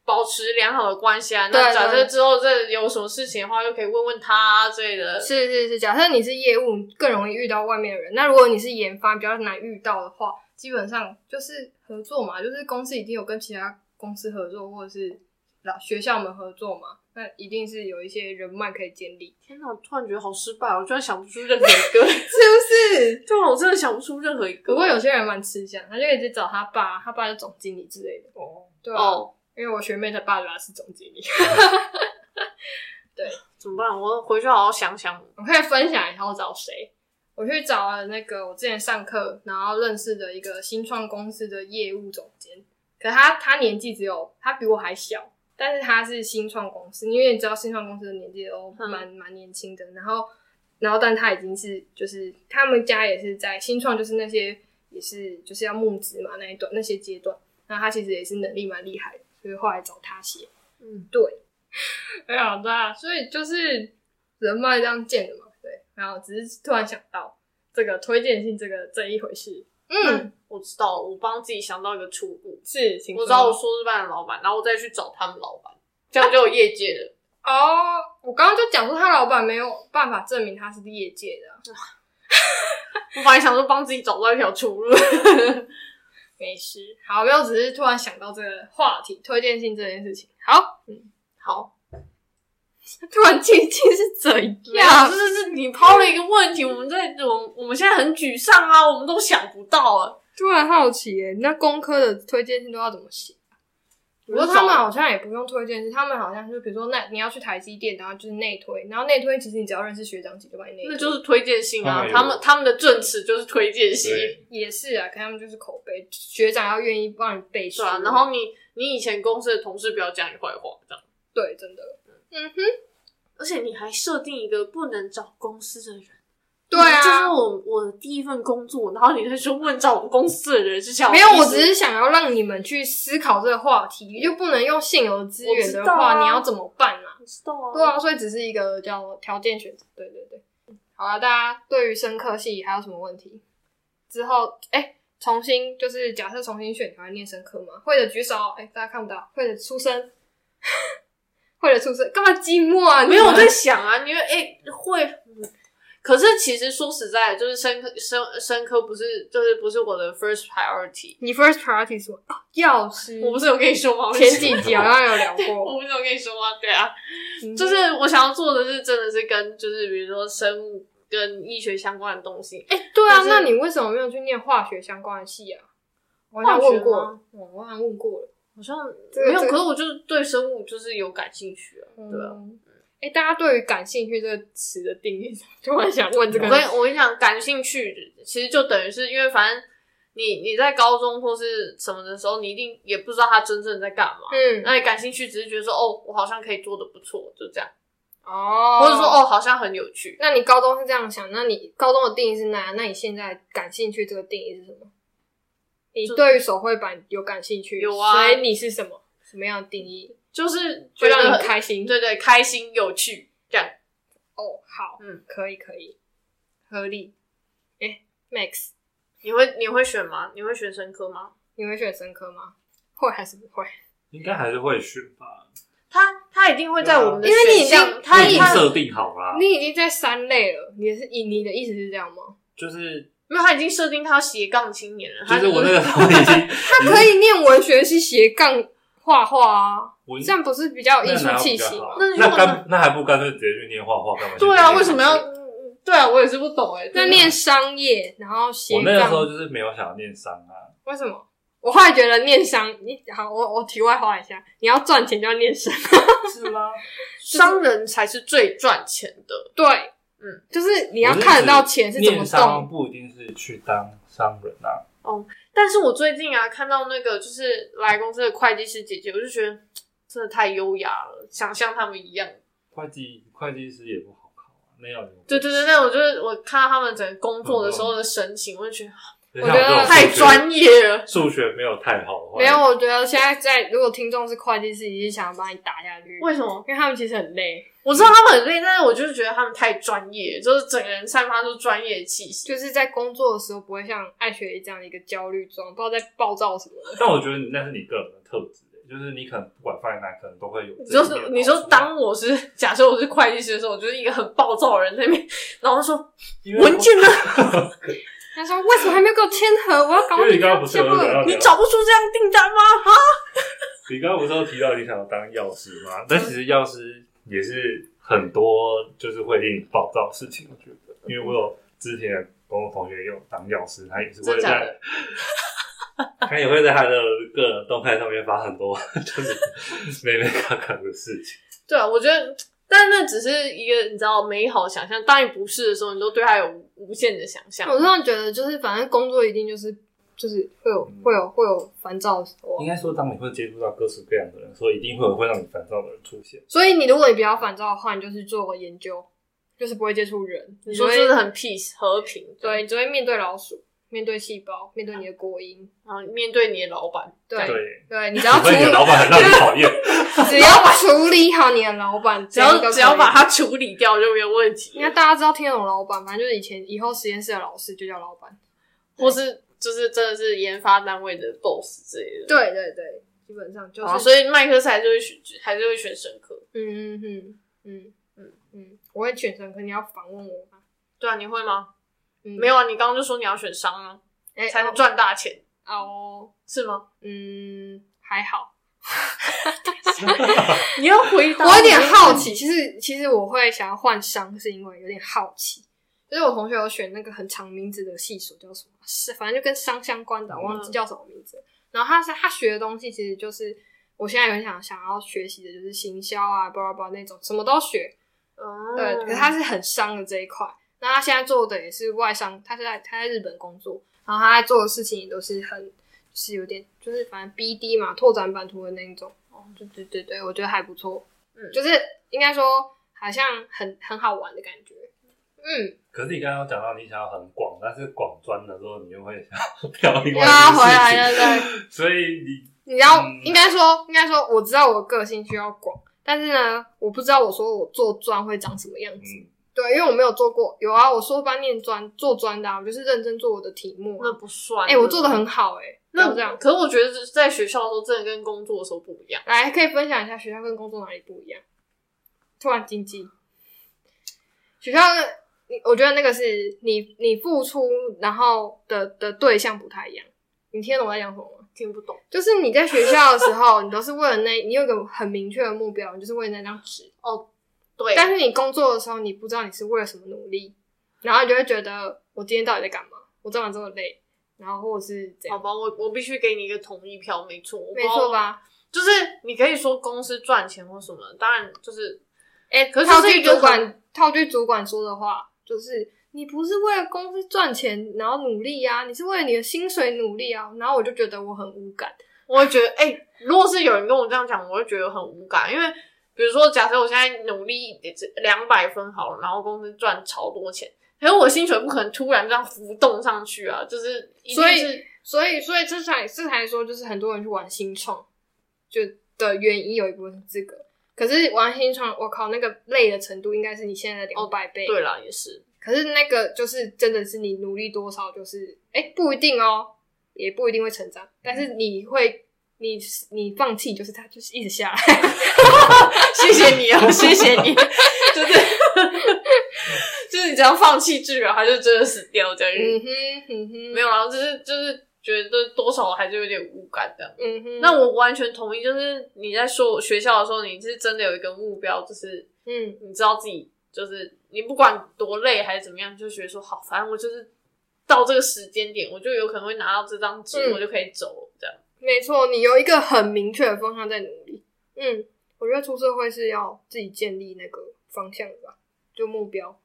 [SPEAKER 2] 保持良好的关系啊。
[SPEAKER 1] 对
[SPEAKER 2] 那
[SPEAKER 1] 对
[SPEAKER 2] 假设之后这有什么事情的话，就可以问问他啊之类的。
[SPEAKER 1] 是是是，假设你是业务，更容易遇到外面的人。那如果你是研发，比较难遇到的话，基本上就是合作嘛，就是公司已经有跟其他公司合作，或者是老学校们合作嘛，那一定是有一些人脉可以建立，
[SPEAKER 2] 天哪，我突然觉得好失败哦，我居然想不出任何一个。
[SPEAKER 1] 是不是？
[SPEAKER 2] 对啊，我真的想不出任何一个。
[SPEAKER 1] 不过有些人蛮吃香，他就一直找他爸，他爸就总经理之类的。哦，对啊，
[SPEAKER 2] 哦，
[SPEAKER 1] 因为我学妹她爸爸是总经理，
[SPEAKER 2] 怎么办？我回去好好想想。
[SPEAKER 1] 我可以分享一下我找谁。我去找了那个我之前上课然后认识的一个新创公司的业务总监，可他他年纪只有他比我还小，但是他是新创公司，因为你知道新创公司的年纪都
[SPEAKER 2] 嗯
[SPEAKER 1] 蛮蛮年轻的，然后然后但他已经是就是他们家也是在新创，就是那些也是就是要募资嘛那一段那些阶段，那他其实也是能力蛮厉害的，所以后来找他写。
[SPEAKER 2] 嗯，
[SPEAKER 1] 没有啦，所以就是人脉这样建的嘛，对。然后只是突然想到这个推荐信这个这一回事，嗯，
[SPEAKER 2] 我知道了，我帮自己想到一个出路。
[SPEAKER 1] 是，请
[SPEAKER 2] 我
[SPEAKER 1] 说
[SPEAKER 2] 找我硕士班的老板，然后我再去找他们老板，这样就有业界了。
[SPEAKER 1] 哦，我刚刚就讲说他老板没有办法证明他是业界的啊，
[SPEAKER 2] 我本来想说帮自己找到一条出路，
[SPEAKER 1] 没事，好，没有，只是突然想到这个话题，推荐信这件事情，好，
[SPEAKER 2] 好，
[SPEAKER 1] 突然静静是怎
[SPEAKER 2] 呀，
[SPEAKER 1] 样
[SPEAKER 2] 就？是是你抛了一个问题，我们在我我们现在很沮丧啊，我们都想不到啊。
[SPEAKER 1] 突然好奇耶，那工科的推荐信都要怎么写？不过
[SPEAKER 2] 我就
[SPEAKER 1] 他们
[SPEAKER 2] 找
[SPEAKER 1] 好像也不用推荐信，他们好像就是比如说那你要去台积电，然后就是内推，然后内推其实你只要认识学长姐就把你内推，
[SPEAKER 2] 那就是推荐信啊，他
[SPEAKER 3] 他们有
[SPEAKER 2] 们他们的证词就是推荐信，
[SPEAKER 3] 对
[SPEAKER 1] 也是啊，可能他们就是口碑，学长要愿意帮你背书
[SPEAKER 2] 是啊。然后你你以前公司的同事不要讲你坏话，这样。
[SPEAKER 1] 对，真的，嗯哼，
[SPEAKER 2] 而且你还设定一个不能找公司的人，
[SPEAKER 1] 对啊，
[SPEAKER 2] 这是我我的第一份工作，然后你在说问找我公司的人是想
[SPEAKER 1] 没有，我只是想要让你们去思考这个话题，又不能用现有的资源的
[SPEAKER 2] 我知道
[SPEAKER 1] 话，
[SPEAKER 2] 啊
[SPEAKER 1] 你要怎么办啊？
[SPEAKER 2] 知道啊，
[SPEAKER 1] 对啊，所以只是一个叫条件选择。对对对，好啊，大家对于生科系还有什么问题？之后哎、重新就是假设重新选，你还会念生科吗？会的举手，哎、大家看不到，会的出声， 会的出声，干嘛寂寞啊？你
[SPEAKER 2] 没有，
[SPEAKER 1] 们
[SPEAKER 2] 我在想啊，你为哎、会，嗯可是其实说实在的，就是生科生生科不是就是不是我的 first priority。
[SPEAKER 1] 你 first priority 是什么？啊药师。
[SPEAKER 2] 我不是有跟你说吗？
[SPEAKER 1] 前几集好像有聊过，
[SPEAKER 2] 我不是有跟你说吗？对啊，
[SPEAKER 1] 嗯
[SPEAKER 2] 就是我想要做的是真的是跟就是比如说生物跟医学相关的东西。
[SPEAKER 1] 哎、对啊
[SPEAKER 2] 但，是
[SPEAKER 1] 那你为什么没有去念化学相关的系啊？我好像
[SPEAKER 2] 化学
[SPEAKER 1] 问过
[SPEAKER 2] 吗
[SPEAKER 1] 了，嗯我好像问过了。
[SPEAKER 2] 好像
[SPEAKER 1] 这个
[SPEAKER 2] 没有，
[SPEAKER 1] 这个
[SPEAKER 2] 可是我就是对生物就是有感兴趣啊。对啊，
[SPEAKER 1] 嗯，哎、大家对于“感兴趣”这个词的定义， 突然想问这个
[SPEAKER 2] 我，跟我跟你讲，感兴趣其实就等于是因为反正你你在高中或是什么的时候，你一定也不知道他真正在干嘛。
[SPEAKER 1] 嗯，
[SPEAKER 2] 那你感兴趣，只是觉得说哦，我好像可以做的不错，就这样，
[SPEAKER 1] 哦，
[SPEAKER 2] 或者说，哦，好像很有趣。
[SPEAKER 1] 那你高中是这样想？那你高中的定义是那样？那你现在感兴趣这个定义是什么？你
[SPEAKER 2] 就
[SPEAKER 1] 对于手绘板有感兴趣？
[SPEAKER 2] 有啊
[SPEAKER 1] 所以你是什么什么样的定义？
[SPEAKER 2] 就是
[SPEAKER 1] 就
[SPEAKER 2] 觉
[SPEAKER 1] 让
[SPEAKER 2] 得
[SPEAKER 1] 你开心。
[SPEAKER 2] 对对，开心有趣这样。
[SPEAKER 1] 哦，好，
[SPEAKER 2] 嗯，
[SPEAKER 1] 可以可以，合理。哎、m a x
[SPEAKER 2] 你会你会选吗？你会选生科吗？
[SPEAKER 1] 你会选生科吗？会还是不会？
[SPEAKER 3] 应该还是会选吧，
[SPEAKER 2] 他他一定会在我们的
[SPEAKER 1] 因为你已
[SPEAKER 2] 选
[SPEAKER 1] 经
[SPEAKER 2] 项，
[SPEAKER 1] 那
[SPEAKER 2] 他
[SPEAKER 3] 已
[SPEAKER 1] 你
[SPEAKER 3] 经
[SPEAKER 2] 他
[SPEAKER 3] 设定好啦，
[SPEAKER 1] 你已经在三类了，你是你你的意思是这样吗？
[SPEAKER 3] 就是
[SPEAKER 2] 没有他已经设定他斜杠青年了。
[SPEAKER 3] 就
[SPEAKER 2] 他
[SPEAKER 3] 是我那个时候已经，
[SPEAKER 1] 他可以念文学系斜杠画画啊，
[SPEAKER 3] 我
[SPEAKER 1] 这样不是比较有艺术
[SPEAKER 3] 那哪有
[SPEAKER 1] 气
[SPEAKER 3] 比较
[SPEAKER 1] 息
[SPEAKER 3] 好
[SPEAKER 1] 吗？
[SPEAKER 3] 啊
[SPEAKER 2] 那如
[SPEAKER 3] 那
[SPEAKER 2] 果
[SPEAKER 3] 干那还不干脆直接去念画画干嘛？
[SPEAKER 2] 对啊，
[SPEAKER 3] 去念
[SPEAKER 2] 为什么要？对啊，我也是不懂哎。
[SPEAKER 1] 那念商业，然后斜
[SPEAKER 3] 我那个时
[SPEAKER 1] 杠，
[SPEAKER 3] 候就是没有想要念商 啊，
[SPEAKER 1] 为什么？我后来觉得念商，你好，我我题外话一下，你要赚钱就要念 商，
[SPEAKER 3] 是吗？
[SPEAKER 2] 商人才是最赚钱的。
[SPEAKER 1] 对，
[SPEAKER 2] 嗯，
[SPEAKER 1] 就是你要看得到钱是怎么
[SPEAKER 3] 念商
[SPEAKER 1] 动，
[SPEAKER 3] 不一定是去当商人啊，
[SPEAKER 2] 但是我最近啊，看到那个就是来公司的会计师姐姐，我就觉得嘖真的太优雅了，想像他们一样。
[SPEAKER 3] 会计会计师也不好考啊，那要
[SPEAKER 2] 对对对，那我就是我看到他们整个工作的时候的神情，我就觉得
[SPEAKER 3] 嗯对
[SPEAKER 1] 我觉得
[SPEAKER 2] 太专业了。
[SPEAKER 3] 数学没有太好的话，
[SPEAKER 1] 没有，我觉得现在在如果听众是会计师，已经想要把你打下去，
[SPEAKER 2] 为什么？
[SPEAKER 1] 因为他们其实很累，
[SPEAKER 2] 我知道他们很累，但是我就是觉得他们太专业，就是整个人散发出专业的气息。
[SPEAKER 1] 就是在工作的时候不会像爱学这样的一个焦虑状，不知道在暴躁什么的。
[SPEAKER 3] 但我觉得你那是你个人的特质、欸就是你可能不管放在哪，可能都会有
[SPEAKER 2] 你就
[SPEAKER 3] 这一面的好处。啊
[SPEAKER 2] 是你说，当我是 假设我是会计师的时候，我就是一个很暴躁的人在那边，然后说
[SPEAKER 3] 因为
[SPEAKER 2] 文件呢？
[SPEAKER 1] 他说：“为什么还没有给我签合？我要赶
[SPEAKER 3] 因
[SPEAKER 1] 快
[SPEAKER 3] 为你
[SPEAKER 1] 去
[SPEAKER 3] 刚刚不是
[SPEAKER 1] 签
[SPEAKER 3] 有聊
[SPEAKER 1] 合。
[SPEAKER 3] 到
[SPEAKER 2] 你找不出这样订单吗？哈，
[SPEAKER 3] 你刚刚不是有提到你想要当药师吗？
[SPEAKER 2] 嗯
[SPEAKER 3] 但其实药师也是很多就是会令你暴躁的事情，我觉得，因为我有之前的公同学也有当药师，他也是
[SPEAKER 2] 真
[SPEAKER 3] 会
[SPEAKER 2] 的假
[SPEAKER 3] 在
[SPEAKER 2] 的，
[SPEAKER 3] 他也会在他的个人动态上面发很多 就是美美嘎嘎的事情。
[SPEAKER 2] 对啊，我觉得，但那只是一个你知道美好的想象。当你不是的时候，你都对他有无无限的想象。
[SPEAKER 1] 我突然觉得，就是反正工作一定就是就是会有
[SPEAKER 3] 嗯
[SPEAKER 1] 会有会有烦躁的时候
[SPEAKER 3] 应
[SPEAKER 1] 啊，
[SPEAKER 3] 该说，当你会接触到各式各样的人，所以一定会有会让你烦躁的人出现。
[SPEAKER 1] 所以你如果你比较烦躁的话，你就是做研究，就是不会接触人，
[SPEAKER 2] 你
[SPEAKER 1] 你
[SPEAKER 2] 说
[SPEAKER 1] 就
[SPEAKER 2] 真的
[SPEAKER 1] 会
[SPEAKER 2] 很 peace 和平，
[SPEAKER 1] 对，你只会面对老鼠，面对细胞，面对你的果蝇，
[SPEAKER 2] 然后面对你的老板，
[SPEAKER 1] 对
[SPEAKER 3] 对，
[SPEAKER 1] 对，你只要处
[SPEAKER 3] 所以你的
[SPEAKER 1] 理
[SPEAKER 3] 老板很让你讨厌。
[SPEAKER 1] 只要处理好你的老板，
[SPEAKER 2] 只要
[SPEAKER 1] 怎样都
[SPEAKER 2] 只要
[SPEAKER 1] 可以
[SPEAKER 2] 把它处理掉就没有问题
[SPEAKER 1] 应该，大家知道天龙老板，反正就是以前以后实验室的老师就叫老板。
[SPEAKER 2] 或是就是真的是研发单位的 boss 之类的。
[SPEAKER 1] 对对对，基本上就
[SPEAKER 2] 啊，
[SPEAKER 1] 是，
[SPEAKER 2] 所以麦克斯还是会选，还是会选神科。
[SPEAKER 1] 嗯嗯嗯嗯嗯嗯，我会选神科，你要反问我吗？
[SPEAKER 2] 对啊，你会吗？
[SPEAKER 1] 嗯
[SPEAKER 2] 没有，啊，你刚刚就说你要选商啊，
[SPEAKER 1] 哎，
[SPEAKER 2] 才能
[SPEAKER 1] 哦
[SPEAKER 2] 赚大钱，
[SPEAKER 1] 哦，
[SPEAKER 2] 是吗？
[SPEAKER 1] 嗯，还好。
[SPEAKER 2] 你要回答
[SPEAKER 1] 我有点好奇，其实其实我会想要换商，是因为有点好奇。就是我同学有选那个很长名字的系所，叫什么？是反正就跟商相关的，我忘记叫什么名字。然后他是他学的东西，其实就是我现在有点想想要学习的，就是行销啊，巴拉巴拉那种，什么都学。
[SPEAKER 2] 哦
[SPEAKER 1] 对，可是他是很伤的这一块。那他现在做的也是外商，他是在他在日本工作，然后他在做的事情也都是很，就是有点就是反正 BD 嘛，拓展版图的那一种。哦，对对对对，我觉得还不错。
[SPEAKER 2] 嗯
[SPEAKER 1] 就是应该说好像很很好玩的感觉。嗯，
[SPEAKER 3] 可是你刚刚有讲到你想要很广，但是广专的时候，你又会想要 跳另
[SPEAKER 1] 又
[SPEAKER 3] 外一件
[SPEAKER 1] 要
[SPEAKER 3] 事情
[SPEAKER 1] 回来了，对。
[SPEAKER 3] 所以你
[SPEAKER 1] 你要
[SPEAKER 3] 嗯
[SPEAKER 1] 应该说，应该说，我知道我的个性需要广，但是呢，我不知道我说我做专会长什么样子。
[SPEAKER 3] 嗯
[SPEAKER 1] 对，因为我没有做过。有啊，我硕班念专做专的、啊，我就是认真做我的题目、
[SPEAKER 2] 那
[SPEAKER 1] 啊。
[SPEAKER 2] 不算。
[SPEAKER 1] 哎、我做的很好哎、那
[SPEAKER 2] 那
[SPEAKER 1] 这样，
[SPEAKER 2] 可是我觉得在学校的时候，真的跟工作的时候不一样。
[SPEAKER 1] 来可以分享一下学校跟工作哪里不一样？突然经济，学校的你我觉得那个是你你付出，然后的的对象不太一样。你听得懂我在讲什么吗？
[SPEAKER 2] 听不懂。
[SPEAKER 1] 就是你在学校的时候，你都是为了那，你有一个很明确的目标，你就是为了那张纸。
[SPEAKER 2] 对，
[SPEAKER 1] 但是你工作的时候，你不知道你是为了什么努力，然后你就会觉得我今天到底在干嘛？我干嘛这么累？然后或者是怎
[SPEAKER 2] 好
[SPEAKER 1] 样？
[SPEAKER 2] 吧，我我必须给你一个同意票，没错，我不知
[SPEAKER 1] 没
[SPEAKER 2] 道
[SPEAKER 1] 错？吧？
[SPEAKER 2] 就是你可以说公司赚钱或什么，当然就是
[SPEAKER 1] 哎、
[SPEAKER 2] 可是
[SPEAKER 1] 套
[SPEAKER 2] 这是
[SPEAKER 1] 句
[SPEAKER 2] 一个
[SPEAKER 1] 主管
[SPEAKER 2] 很
[SPEAKER 1] 套句主管说的话，就是你不是为了公司赚钱然后努力啊，你是为了你的薪水努力啊。然后我就觉得我很无感。
[SPEAKER 2] 我会觉得，哎、如果是有人跟我这样讲，我会觉得很无感，因为比如说，假设我现在努力两百分好了，然后公司赚超多钱，可是我薪水不可能突然这样浮动上去啊，就是一定
[SPEAKER 1] 所以
[SPEAKER 2] 是
[SPEAKER 1] 所以，所以这才这才说，就是很多人去玩新创，就的原因有一部分是这个。可是玩新创，我靠，那个累的程度应该是你现在的两百倍。
[SPEAKER 2] 哦对啦，也是
[SPEAKER 1] 可是那个就是真的是你努力多少，就是哎、诶不一定哦，也不一定会成长，但
[SPEAKER 2] 嗯
[SPEAKER 1] 是你会。你你放弃就是它就是一直下来，
[SPEAKER 2] 谢谢你啊，谢谢 你，就是就是你只要放弃治疗，他就真的死掉这样。
[SPEAKER 1] 嗯哼嗯哼，
[SPEAKER 2] 没有啦，就是就是觉得多少还是有点无感的。
[SPEAKER 1] 嗯哼，
[SPEAKER 2] 那我完全同意，就是你在说学校的时候，你是真的有一个目标，就是
[SPEAKER 1] 嗯
[SPEAKER 2] 你知道自己就是你不管多累还是怎么样，就觉得说好，反正我就是到这个时间点，我就有可能会拿到这张纸，
[SPEAKER 1] 嗯
[SPEAKER 2] 我就可以走了这样。
[SPEAKER 1] 没错，你有一个很明确的方向在努力。嗯，我觉得出社会是要自己建立那个方向的吧，就目标。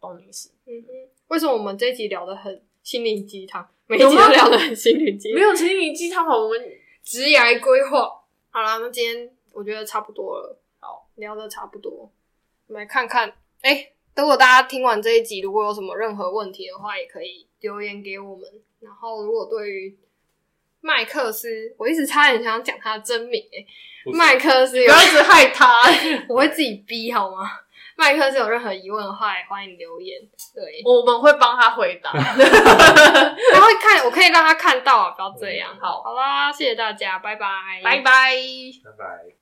[SPEAKER 2] 懂你意思？
[SPEAKER 1] 嗯哼，为什么我们这一集聊的很心灵鸡汤，每一
[SPEAKER 2] 有
[SPEAKER 1] 集
[SPEAKER 2] 吗
[SPEAKER 1] 都聊的很心灵鸡汤？
[SPEAKER 2] 没有陈你鸡汤吧？我们
[SPEAKER 1] 职涯规划。好啦，那今天我觉得差不多了，
[SPEAKER 2] 好
[SPEAKER 1] 聊的差不多，我们来看看，哎、如果大家听完这一集，如果有什么任何问题的话，也可以留言给我们。然后，如果对于麦克斯，我一直差点想讲他的真名、欸，
[SPEAKER 3] 不是
[SPEAKER 1] 麦克斯
[SPEAKER 2] 不
[SPEAKER 1] 有
[SPEAKER 2] 要一直害 他。
[SPEAKER 1] 我会自己逼好吗？麦克斯有任何疑问的话，也欢迎留言。对，
[SPEAKER 2] 我们会帮他回 答。
[SPEAKER 1] 他会看，我可以让他看到啊，不要这样。
[SPEAKER 2] 好
[SPEAKER 1] 好啦，谢谢大家，拜拜，
[SPEAKER 2] 拜拜。
[SPEAKER 3] 拜拜。